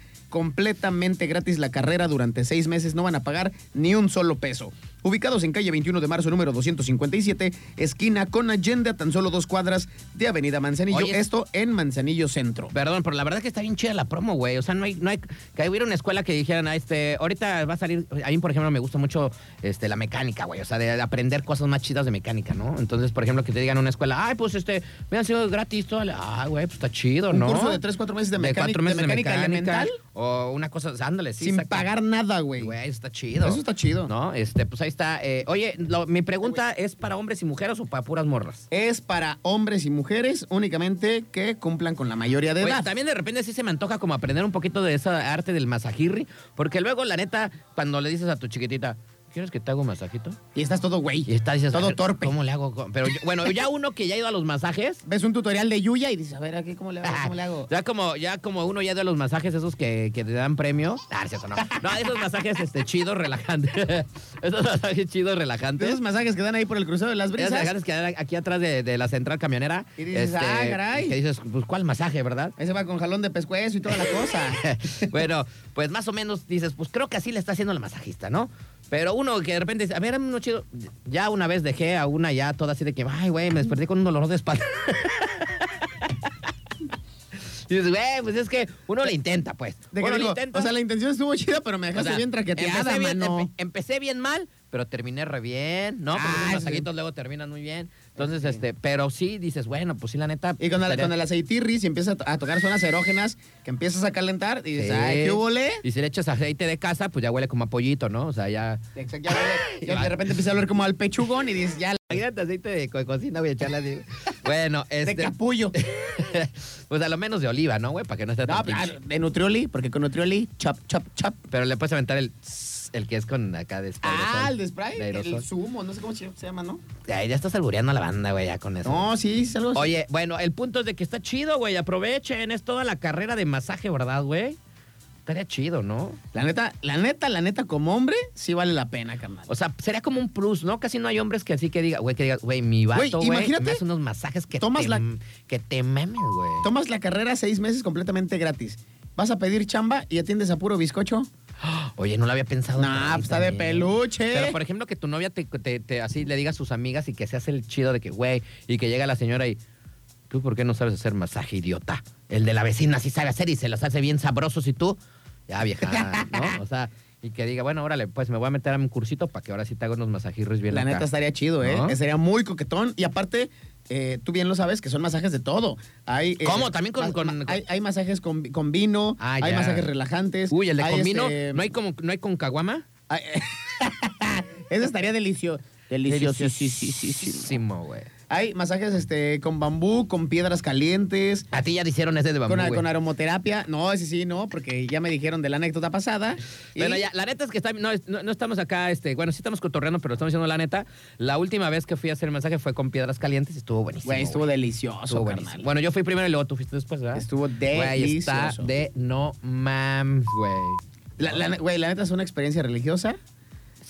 B: Completamente gratis la carrera durante seis meses, no van a pagar ni un solo peso. Ubicados en calle 21 de marzo número 257, esquina con Allende, a tan solo dos cuadras de Avenida Manzanillo.
A: Oye,
B: esto en Manzanillo Centro.
A: Perdón, pero la verdad que está bien chida la promo, güey. O sea, no hay, no hay. Que hubiera una escuela que dijeran, ah, este, ahorita va a salir. A mí, por ejemplo, me gusta mucho este, la mecánica, güey. O sea, de, de aprender cosas más chidas de mecánica, ¿no? Entonces, por ejemplo, que te digan en una escuela, ay, pues este, me han sido gratis toda la. Ah, güey, pues está chido,
B: Un
A: ¿no?
B: curso de tres, cuatro meses de mecánica-
A: cuatro meses
B: de mecánica elemental.
A: O una cosa, o sea, ándale, sí.
B: Sin
A: saca-
B: pagar nada, güey.
A: Güey, eso está chido.
B: Eso está chido.
A: ¿No? Este, pues ahí está. eh, oye, lo- mi pregunta es para hombres y mujeres o para puras morras.
B: Es para hombres y mujeres únicamente que cumplan con la mayoría de
A: Oye,
B: edad.
A: Pues también de repente sí se me antoja como aprender un poquito de esa arte del masajirri, porque luego, la neta, cuando le dices a tu chiquitita, ¿quieres que te haga un masajito?
B: Y estás todo güey.
A: Y está dices,
B: Todo
A: "A ver,
B: torpe.
A: ¿Cómo le hago? co-?" Pero yo- bueno, ya uno que ya ha ido a los masajes.
B: Ves un tutorial de Yuya y dices, a ver, aquí cómo le hago,
A: Ah.
B: cómo le hago.
A: Ya como, ya como uno ya de los masajes esos que, que te dan premio. Ah, no es cierto, no. No, esos masajes este, chidos, relajantes. esos masajes chidos,
B: De
A: relajantes.
B: esos masajes que dan ahí por el crucero de las
A: Ya te
B: brisas.
A: dejaste quedar aquí atrás de, de la central camionera.
B: Y dices, "Ah, caray".
A: Que dices, pues, ¿cuál masaje, verdad?
B: Ese va con jalón de pescuezo y toda la cosa.
A: bueno, pues más o menos dices, pues creo que así le está haciendo la masajista, ¿no? Pero uno que de repente dice, a ver, dame uno chido. Ya una vez dejé a una ya toda así de que, ay, güey, me desperté con un dolor de espalda. Y dices, güey, pues es que uno le intenta, pues.
B: De que
A: uno le
B: digo,
A: intenta.
B: o sea, la intención estuvo chida, pero
A: O
B: me dejaste
A: sea,
B: bien traqueteada,
A: empecé bien, eh,
B: mano.
A: empe- empecé bien mal, pero terminé re bien, ¿no? Porque
B: Ah,
A: los
B: sí.
A: masajitos luego terminan muy bien. Entonces, este, pero sí dices, bueno, pues sí, la neta.
B: Y con el,
A: estaría-
B: con el aceitirri, si empiezas a, to- a tocar zonas erógenas, que empiezas a calentar, y dices,
A: Sí.
B: ay, ¿qué volé?
A: Y si le echas aceite de casa, pues ya huele como a pollito, ¿no? O sea, ya.
B: Ya, huele. Ya de repente empieza a hablar como al pechugón y dices, ya,
A: Imagínate aceite de co- cocina, voy a echarle así. Bueno,
B: de
A: este.
B: capullo.
A: pues a lo menos de oliva, ¿no, güey? Para que no esté
B: No,
A: tan
B: pero, ah,
A: pinche.
B: de Nutrioli, porque con Nutrioli, chop, chop, chop.
A: Pero le puedes aventar el. tss, El que es con acá de spray.
B: Ah,
A: aerosol.
B: el de spray,
A: De
B: el
A: aerosol.
B: zumo, no sé cómo se se llama, ¿no?
A: Ay, ya estás albureando a la banda, güey, ya con eso.
B: No, pues sí, es algo así.
A: Oye, bueno, el punto es de que está chido, güey. Aprovechen, es toda la carrera de masaje, ¿verdad, güey? Estaría chido, ¿no?
B: La neta, la neta, la neta, como hombre, sí vale la pena, carnal.
A: O sea, sería como un plus, ¿no? Casi no hay hombres que así que diga, güey, que diga, güey, mi
B: Güey,
A: vato, güey,
B: imagínate,
A: me hace unos masajes que
B: tomas
A: te,
B: la-
A: que te mames, güey.
B: Tomas la carrera seis meses completamente gratis. Vas a pedir chamba y atiendes a puro bizcocho.
A: Oye, no lo había pensado.
B: Nah,
A: tanto,
B: pues, está de
A: ¿eh?
B: peluche.
A: Pero, por ejemplo, que tu novia te, te- te- así le diga a sus amigas y que se hace el chido de que, güey, y que llega la señora y, ¿Tú por qué no sabes hacer masaje, idiota? El de la vecina sí sabe hacer y se los hace bien sabrosos y tú, ya vieja, ¿no? O sea, y que diga, bueno, órale, pues me voy a meter a un cursito para que ahora sí te haga unos masajirros bien
B: La
A: acá.
B: neta estaría chido, ¿eh?
A: ¿No?
B: Sería muy coquetón. Y aparte, eh, tú bien lo sabes, que son masajes de todo. Hay, eh,
A: ¿Cómo? También con-
B: ma-
A: con-
B: ma- hay, hay masajes con, con vino,
A: Ah,
B: hay
A: ya.
B: masajes relajantes.
A: Uy, el de
B: hay
A: combino,
B: este-
A: ¿no hay como, no hay con caguama?
B: hay- Ese estaría delicioso.
A: Deliciosísimo, güey.
B: Hay masajes este, con bambú, con piedras calientes,
A: A ti ya te hicieron ese de bambú,
B: con, a-
A: güey.
B: con aromoterapia. No, ese sí, no, porque ya me dijeron de la anécdota pasada. Y-
A: Bueno, ya, la neta es que está- no, es- no- no estamos acá, este, bueno, sí estamos cotorreando, pero estamos diciendo la neta. La última vez que fui a hacer masaje fue con piedras calientes y estuvo buenísimo.
B: Güey, estuvo delicioso,
A: Estuvo buenísimo.
B: carnal.
A: Bueno, yo fui primero y luego tú fuiste después, ¿verdad?
B: Estuvo
A: Güey, está
B: delicioso.
A: de no mames, güey.
B: La- la ne- güey, la neta es una experiencia religiosa.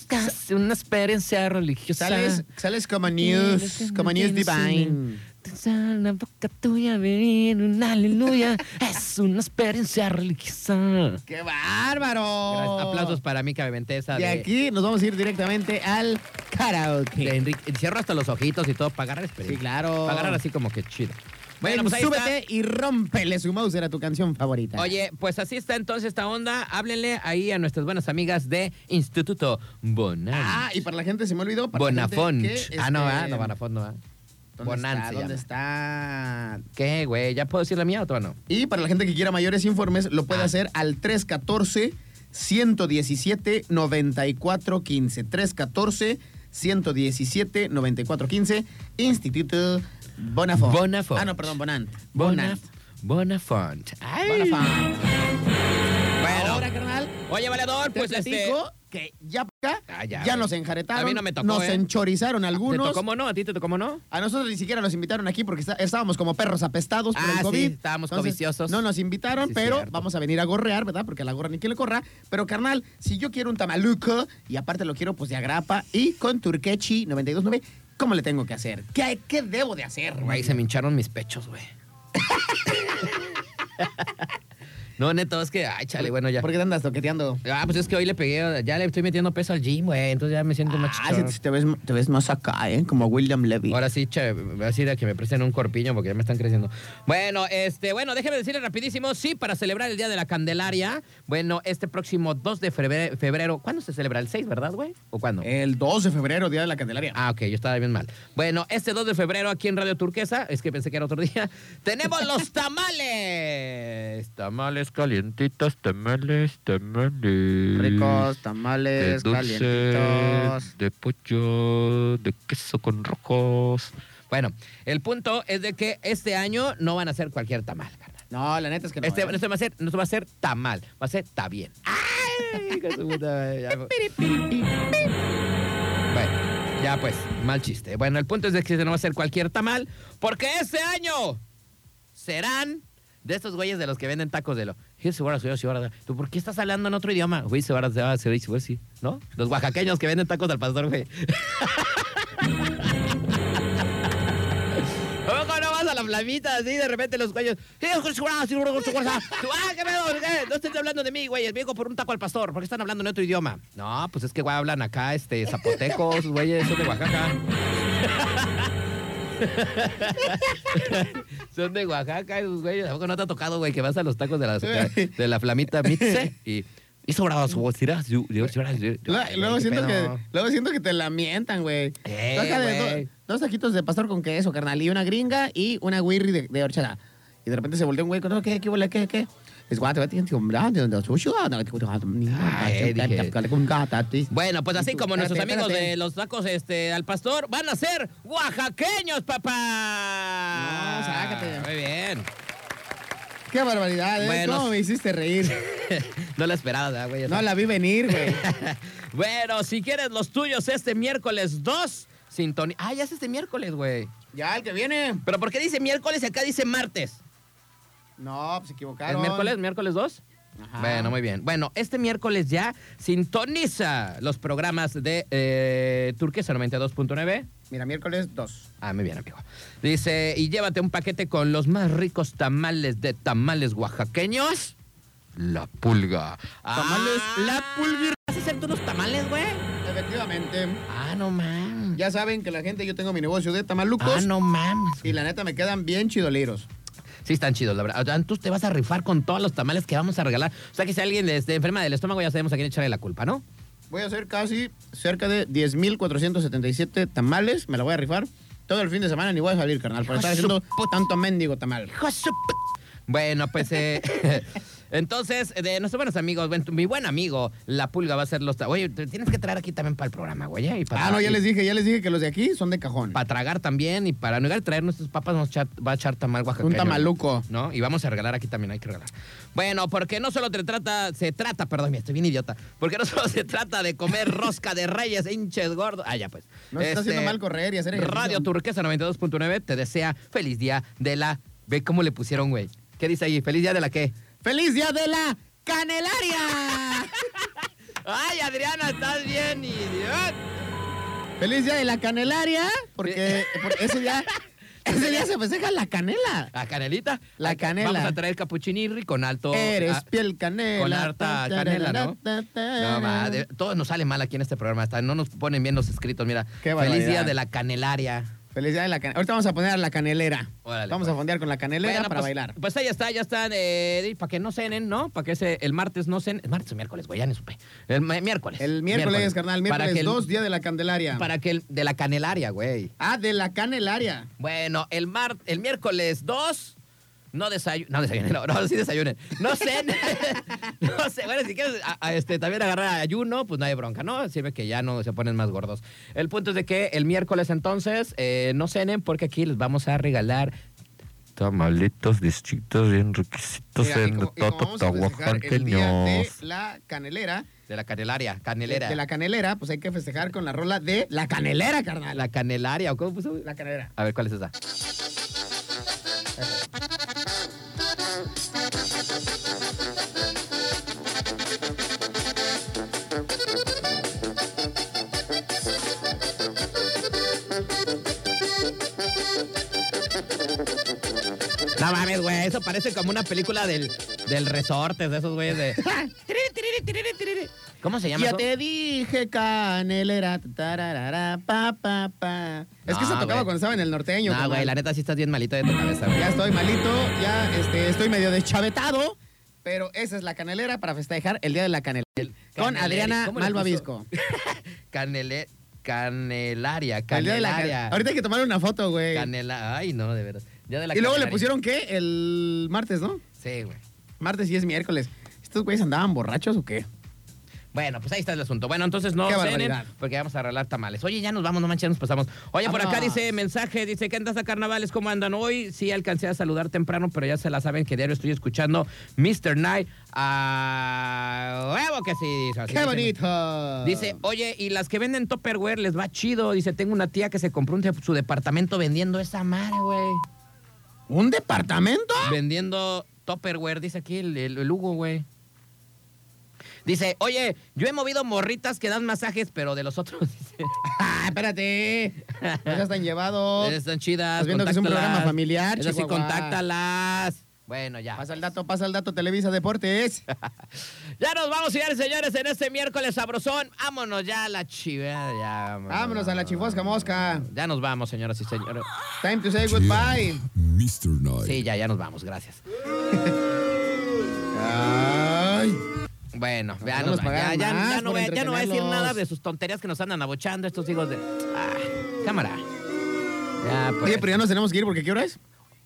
A: Casi una experiencia religiosa.
B: Sales, sales como news, como news divine.
A: En la boca tuya venir un aleluya. es una experiencia religiosa.
B: ¡Qué bárbaro!
A: Gracias. Aplausos para mí que me aventé esa
B: Oh. De
A: de,
B: aquí nos vamos a ir directamente al
A: de
B: karaoke.
A: Enrique. Cierro hasta los ojitos y todo para agarrar experiencia.
B: Sí, claro.
A: Para agarrar así como que chido.
B: Bueno,
A: pues ahí está.
B: súbete y rómpele su mouse a tu canción favorita.
A: Oye, pues así está entonces esta onda. Háblenle ahí a nuestras buenas amigas de Instituto Bonanza.
B: Ah, y para la gente se me olvidó. para la gente
A: Bonafont.
B: que,
A: Ah, no,
B: este,
A: ah, no, Bonafont no. ah.
B: ¿Dónde
A: Bonanza
B: está?
A: se
B: ¿Dónde
A: llama.
B: está?
A: ¿Qué, güey? ¿Ya puedo decir la mía o todavía no?
B: Y para la gente que quiera mayores informes, lo puede
A: Ah.
B: hacer al 314 117 9415 314 117 9415 Instituto Bonafont.
A: Bonafont.
B: Ah, no, perdón, Bonant.
A: Bonaf Bonafont. Ay.
B: Bonafont.
A: Bueno.
B: Ahora, carnal,
A: Oye, valedor,
B: te
A: pues este...
B: platico que ya, acá,
A: Ah, ya,
B: ya,
A: güey.
B: nos enjaretaron.
A: A mí no me tocó,
B: Nos
A: ¿eh?
B: enchorizaron
A: ¿Te
B: algunos.
A: tocó mono? ¿A ti te tocó mono?
B: A nosotros ni siquiera nos invitaron aquí porque está- estábamos como perros apestados por
A: Ah,
B: el
A: sí,
B: COVID.
A: estábamos coviciosos.
B: No nos invitaron,
A: Sí,
B: pero
A: cierto.
B: vamos a venir a gorrear, ¿verdad? Porque a la gorra ni quien le corra. Pero, carnal, si yo quiero un tamaluco y aparte lo quiero pues de agrapa y con turquechi 929, ¿cómo le tengo que hacer? ¿Qué, qué debo de hacer,
A: Güey,
B: güey?
A: se me hincharon mis pechos, güey. no, neto, es que... Ay,
B: Pues,
A: chale, bueno, ya.
B: ¿Por qué te andas toqueteando?
A: Ah, pues es que hoy le pegué... Ya le estoy metiendo peso al gym, güey. Entonces ya me siento más
B: Ah,
A: chichón.
B: sí, te, ves, te ves más acá, ¿eh? Como William Levy.
A: Ahora sí, che, así de que me presten un corpiño porque ya me están creciendo. Bueno, este, bueno, déjenme decirles rapidísimo, sí, para celebrar el Día de la Candelaria, bueno, este próximo 2 de febrero, febrero ¿cuándo se celebra? ¿El 6, verdad, güey? ¿O cuándo?
B: El 2 de febrero, Día de la Candelaria.
A: Ah, ok, yo estaba bien mal. Bueno, este 2 de febrero aquí en Radio Turquesa, es que pensé que era otro día, tenemos los tamales. Tamales calientitos, tamales, tamales.
B: Ricos,
A: de
B: tamales,
A: dulce,
B: calientitos.
A: de pollo, de queso con rojos. Bueno, el punto es de que este año no van a ser cualquier tamal, carnal.
B: No, la neta es que no.
A: Este,
B: ¿eh?
A: este va a ser, no va a ser tamal, va a ser está bien. ¡Ay! hijo de su puta, ya. Bueno, ya pues, mal chiste. Bueno, el punto es de que este no va a ser cualquier tamal, porque este año serán de estos güeyes de los que venden tacos de lo. "Hice horas, horas, horas". ¿Tú por qué estás hablando en otro idioma? Güey, se horas, horas, horas, horas, sí, ¿no? Los oaxaqueños que venden tacos al pastor, güey. ¿Cómo no vas a la flamita así de repente los güeyes? "Sí, es que es horas, sí, horas, horas, horas". Tú, "Ah, qué pedo, qué? No estés hablando de mí, güey. Vengo por un taco al pastor. ¿Por qué están hablando en otro idioma? No, pues es que güey, hablan acá, este, zapotecos, güeyes, son de Oaxaca. Son de Oaxaca esos güeyes. ¿A poco no te ha tocado, güey, que vas a los tacos de la, de la flamita Mitze y... Y sobrados, güey, tiras, yo- yo- tiras, yo-
B: Lu-
A: Ay,
B: luego,
A: güey, qué
B: siento que,
A: pedo.
B: luego siento que te lamentan, güey.
A: Eh,
B: Tú acá de
A: güey.
B: do- dos taquitos de pastor con queso, carnal, y una gringa y una wirri de, de horchata. Y de repente se voltea un güey con, "No, ¿qué, qué, huele, qué, "Ah, qué? Es guate, guate, guate, guate, guate, guate,
A: eh, dije.
B: guate, guate, guate.
A: Bueno, pues así como nuestros
B: Espérate,
A: amigos
B: espérate.
A: de los tacos este, al pastor, van a ser oaxaqueños, papá.
B: No, sácate.
A: Muy bien.
B: Qué barbaridad, ¿eh?
A: Bueno.
B: ¿Cómo me hiciste reír?
A: no la esperaba, ¿verdad, güey.
B: No la vi venir, güey.
A: bueno, si quieres los tuyos este miércoles 2, sintonía. Ah, ya es este miércoles, güey.
B: Ya, el que viene.
A: Pero ¿por qué dice miércoles y acá dice martes?
B: No, pues se equivocaron.
A: ¿Es miércoles? ¿Miércoles 2?
B: Ajá.
A: Bueno, muy bien. Bueno, este miércoles ya sintoniza los programas de eh, Turquesa 92.9.
B: Mira, miércoles 2.
A: Ah, muy bien, amigo. Dice, y llévate un paquete con los más ricos tamales de tamales oaxaqueños. La pulga. Ah.
B: Tamales,
A: la pulga. ¿Vas a hacer tú los tamales, güey?
B: Efectivamente.
A: Ah, no man.
B: Ya saben que la gente, yo tengo mi negocio de tamalucos.
A: Ah, no mames.
B: Y la neta me quedan bien chidoleiros.
A: Sí, están chidos, la verdad. O sea, Tú te vas a rifar con todos los tamales que vamos a regalar. O sea, que si alguien este, enferma del estómago, ya sabemos a quién echarle la culpa, ¿no?
B: Voy a hacer casi cerca de 10.477 tamales. Me la voy a rifar todo el fin de semana ni voy a salir, carnal,
A: Hijo
B: por estar
A: de
B: haciendo
A: su puta.
B: tanto mendigo tamal.
A: Hijo de su p- Bueno, pues eh, entonces, de nuestros buenos amigos, bueno, mi buen amigo, La Pulga va a hacer los... ta- Oye, te tienes que traer aquí también para el programa, güey. ¿eh? Y para
B: Ah, no, ya
A: y
B: les dije, ya les dije que los de aquí son de cajón.
A: Para tragar también y para no llegar a traer nuestros papas nos cha- va a echar tamal oaxaqueño.
B: Un tamaluco.
A: ¿No? Y vamos a regalar aquí también, hay que regalar. Bueno, porque no solo te trata, se trata, perdón, mira, estoy bien idiota, porque no solo se trata de comer rosca de reyes, hinches gordos. Ah, ya pues.
B: No se está haciendo mal correr y hacer ejercicio.
A: Radio Turquesa 92.9 te desea feliz día de la... Ve cómo le pusieron, güey. ¿Qué dice ahí? ¿Feliz día de la qué?
B: ¡Feliz día de la
A: ¡Canelaria! ¡Ay, Adriana, estás bien idiota!
B: ¡Feliz día de la Canelaria! Porque, porque ese día ese día se festeja la canela.
A: ¿La canelita?
B: La canela.
A: Vamos a traer capuchinirri con alto...
B: Eres
A: ah,
B: piel canela.
A: con harta canela, ¿no? No, madre, todo nos sale mal aquí en este programa. Hasta no nos ponen bien los escritos, mira.
B: Qué
A: Feliz
B: barbaridad.
A: día de la canelaria.
B: Feliz día de la canela. Ahorita vamos a poner a la canelera.
A: Órale,
B: vamos
A: pues.
B: a fondear con la canelera
A: Bueno,
B: para
A: pues-
B: bailar.
A: Pues ahí está, ya están. para que no cenen, ¿no? Para que ese, el martes no cenen. ¿El martes o miércoles, güey? Ya ni supe. El mi- miércoles.
B: El miércoles, carnal,
A: Para que
B: miércoles
A: el-
B: 2, día de la Candelaria.
A: Para que el de la canelaria, güey.
B: Ah, de la Canelaria.
A: Bueno, el, mar, el miércoles 2, no desayunen. No desayunen, no, no, sí desayunen. No cenen. no sé. Bueno, si quieres a- a este, también agarrar ayuno, pues no hay bronca, ¿no? Sirve que ya no se ponen más gordos. El punto es de que el miércoles entonces eh, no cenen porque aquí les vamos a regalar.
E: Tamalitos distintos bien riquisitos
B: Mira, y
E: en
B: Eh, como- y como
E: todo
B: vamos a festejar el día de
E: Cahuacanqueños.
B: la canelera,
A: De la canelaria, canelera.
B: de la canelera, pues hay que festejar con la rola de la canelera, carnal.
A: La canelaria, ¿o cómo puso?
B: La canelera.
A: A ver, ¿cuál es esa? No mames, güey, eso parece como una película del, del resortes, de esos güeyes de... Tiriri, tiriri, tiriri, tiriri. ¿Cómo se llama?
B: Ya
A: eso?
B: te dije canelera, tararara, pa, pa, pa. es que
A: No,
B: se tocaba
A: Ah, güey.
B: cuando estaba en el norteño.
A: No,
B: carnal.
A: güey, la neta sí estás bien malito de tu cabeza, güey.
B: Ya estoy malito, ya este, estoy medio deschavetado, pero esa es la canelera para festejar el día de la canelera. Con
A: Caneleri.
B: Adriana
A: ¿Cómo le
B: Malvavisco.
A: Canele, canelaria,
B: El día de la can-
A: canelaria.
B: Ahorita hay que tomar una foto, güey.
A: Canela, ay, no, de veras. Ya de la
B: Y luego le
A: canelaria.
B: pusieron qué? El martes, ¿no?
A: Sí, güey.
B: Martes y es miércoles. ¿Estos güeyes andaban borrachos o qué?
A: Bueno, pues ahí está el asunto. Bueno, entonces no
B: Qué
A: cenen
B: barbaridad.
A: porque vamos a arreglar tamales. Oye, ya nos vamos, no manches, nos pasamos. Oye, por acá
B: Vámonos.
A: dice mensaje, dice que andas a carnavales, ¿cómo andan hoy? Sí, alcancé a saludar temprano, pero ya se la saben que diario estoy escuchando Mr. Night. A huevo que sí. dice, así
B: ¡Qué
A: dice.
B: bonito!
A: Dice, oye, y las que venden Topperware les va chido. Dice, tengo una tía que se compró un de- su departamento vendiendo esa madre, güey.
B: ¿un departamento?
A: Vendiendo Topperware, dice aquí el, el, el Hugo, güey. Dice, oye, yo he movido morritas que dan masajes, pero de los otros, dice,
B: ¡Ah, espérate! Ya están llevados.
A: están chidas.
B: Estás viendo que es un
A: contáctalas.
B: programa familiar,
A: Esas sí,
B: Chihuahua.
A: contáctalas. Bueno, ya.
B: Pasa el dato, pasa el dato, Televisa Deportes.
A: Ya nos vamos, señores, señores, en este miércoles sabrosón. Vámonos ya a la chivada. Ya,
B: Vámonos a la chifosca mosca.
A: Ya nos vamos, señoras y señores.
B: Time to say goodbye.
E: Mr. Night.
A: Sí, ya, ya nos vamos, gracias.
B: Ay.
A: Bueno, ya,
B: no
A: nos
B: Pues nos
A: va- ya,
B: pagaron
A: ya-
B: más
A: ya no
B: por
A: voy, ya no voy a decir
B: entretenerlos.
A: nada de sus tonterías que nos andan abochando estos hijos de... Ah, cámara. Ya, pues.
B: Oye, pero ya nos tenemos que ir porque ¿qué hora es?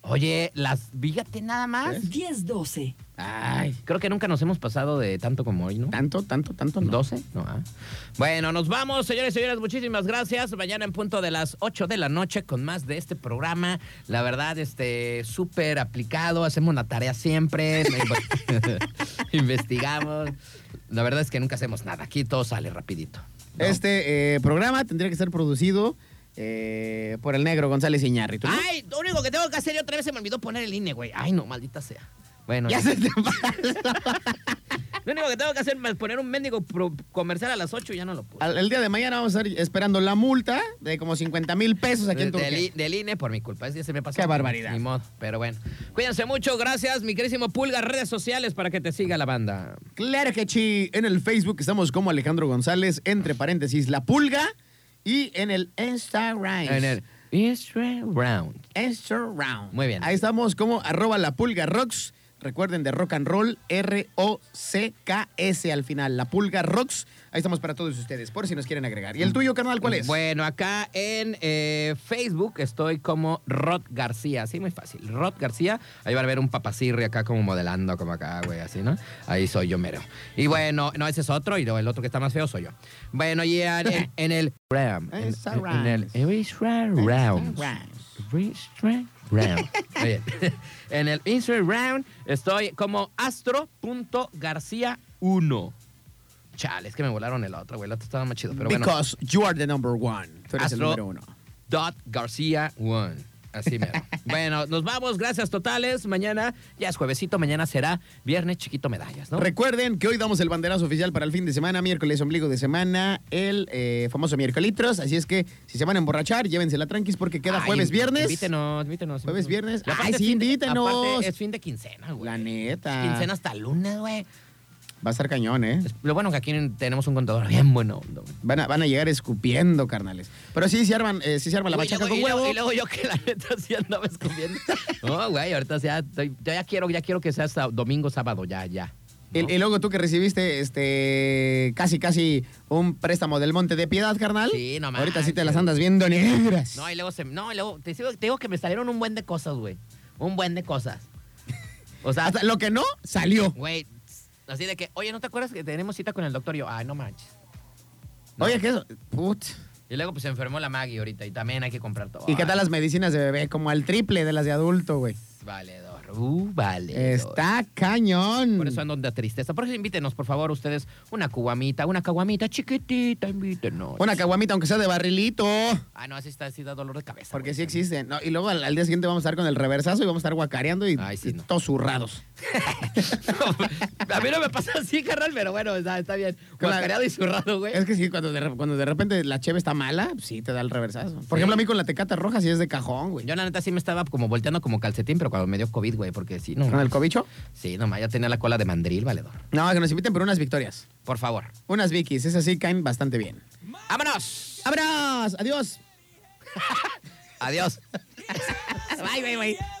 A: Oye, las... Fíjate nada más.
F: 10-12.
A: Ay, creo que nunca nos hemos pasado de tanto como hoy, ¿no?
B: Tanto, tanto, tanto. No.
A: ¿12? No, ah. Bueno, nos vamos, señores y señoras. Muchísimas gracias. Mañana en punto de las 8 de la noche con más de este programa. La verdad, este, súper aplicado. Hacemos la tarea siempre. Investigamos. La verdad es que nunca hacemos nada. Aquí todo sale rapidito. ¿no?
B: Este eh, programa tendría que ser producido eh, por el negro González Iñárritu. ¿no?
A: Ay, lo único que tengo que hacer y otra vez se me olvidó poner el INE, güey. Ay, no, maldita sea. Bueno,
B: Ya
A: ya.
B: se te pasa.
A: lo único que tengo que hacer es poner un mendigo pro- comercial a las 8 y ya no lo puse.
B: Al- El día de mañana vamos a estar esperando la multa de como 50 mil pesos aquí en
A: Del-
B: Turquía.
A: del, I- del INE por mi culpa. Ese día se me pasó.
B: Qué barbaridad.
A: Ni modo, pero bueno. Cuídense mucho. Gracias, mi querísimo Pulga. Redes sociales para que te siga la banda.
B: Claro que sí. En el Facebook estamos como Alejandro González, entre paréntesis, La Pulga. y en el Instagram.
A: En el Israel Round.
B: Instagram.
A: Muy bien.
B: Ahí estamos como arroba la pulga rocks. Recuerden de rock and roll, R-O-C-K-S al final. La pulga rocks. Ahí estamos para todos ustedes, por si nos quieren agregar. ¿Y el tuyo, carnal, cuál es?
A: Bueno, acá en eh, Facebook estoy como Rod García. Así muy fácil. Rod García. Ahí van a ver un papacirri acá como modelando, como acá, güey, así, ¿no? Ahí soy yo mero. Y bueno, no, ese es otro. Y no, el otro que está más feo soy yo. Bueno, y en, en- en el Ram. En, en- en el Israel Round. Instagram. Muy bien. En el Instagram estoy como astro.garcía1. Chale, es que me volaron el otro, güey. El otro estaba más chido, pero bueno.
B: Because you are the number one. Tú eres el
A: Astro.
B: número uno.
A: Dot García One. Así mero. bueno, nos vamos. Gracias totales. Mañana ya es juevesito. Mañana será viernes chiquito medallas, ¿no?
B: Recuerden que hoy damos el banderazo oficial para el fin de semana, miércoles, ombligo de semana, el eh, famoso miércolitros. Así es que si se van a emborrachar, llévensela tranquis porque queda
A: Ay,
B: jueves, viernes.
A: Invítenos, invítenos.
B: Jueves, viernes.
A: Y aparte
B: Ay,
A: es
B: sí,
A: fin de-
B: invítenos.
A: aparte es fin de quincena, güey.
B: La neta.
A: Quincena hasta lunes, güey.
B: Va a estar cañón, ¿eh?
A: Es- Lo bueno que aquí tenemos un contador bien bueno. güey.
B: Van a, van a llegar escupiendo, carnales. Pero sí se arman, eh, sí se arma la
A: Güey,
B: machaca
A: luego-
B: con
A: y luego-
B: huevo.
A: Y luego yo que la neta sí andaba escondiendo. No, güey, ahorita ya, estoy- yo ya quiero, ya quiero que sea hasta domingo, sábado, ya, ya.
B: Y,
A: ¿no?
B: y luego tú que recibiste este casi casi un préstamo del Monte de Piedad, carnal.
A: Sí, no manches.
B: Ahorita sí te las andas viendo negras.
A: No, y luego se, no, y luego te digo, te digo que me salieron un buen de cosas, güey. Un buen de cosas. O sea,
B: Hasta lo que no, salió.
A: güey, así de que, oye, ¿no te acuerdas que tenemos cita con el doctor? Y yo, ay, no manches. No.
B: Oye, que eso. Put.
A: Y luego pues se enfermó la Maggie ahorita y también hay que comprar todo.
B: ¿Y qué tal
A: Ay,
B: las medicinas de bebé? Como al triple de las de adulto, güey.
A: Valedor, uh, vale.
B: Está cañón.
A: Por eso ando de tristeza. Por eso invítenos, por favor, ustedes, una cuguamita, una caguamita chiquitita, invítenos.
B: Una caguamita, aunque sea de barrilito.
A: Ah, no, así está, así da dolor de cabeza.
B: Porque
A: güey.
B: sí existen. No, y luego al, al día siguiente vamos a estar con el reversazo y vamos a estar guacareando y,
A: Ay, sí,
B: y
A: no.
B: todos zurrados.
A: a mí no me pasa así, carnal, pero bueno, está, está bien.
B: Claro.
A: Guacareado y zurrado, güey.
B: Es que sí, cuando de, re- cuando de repente la cheve está mala, sí te da el reversazo. Por ejemplo, a mí con la tecata roja sí es de cajón, güey.
A: Yo la neta sí me estaba como volteando como calcetín, pero cuando me dio COVID, güey, porque sí, no.
B: ¿Con Ah, el cobicho?
A: Sí, nomás ya tenía la cola de mandril, valedor.
B: No, que nos inviten por unas victorias.
A: Por favor.
B: Unas Vicky's, esas sí caen bastante bien.
A: ¡Vámonos!
B: ¡Abrazos! ¡Adiós!
A: Adiós. Bye, bye, bye.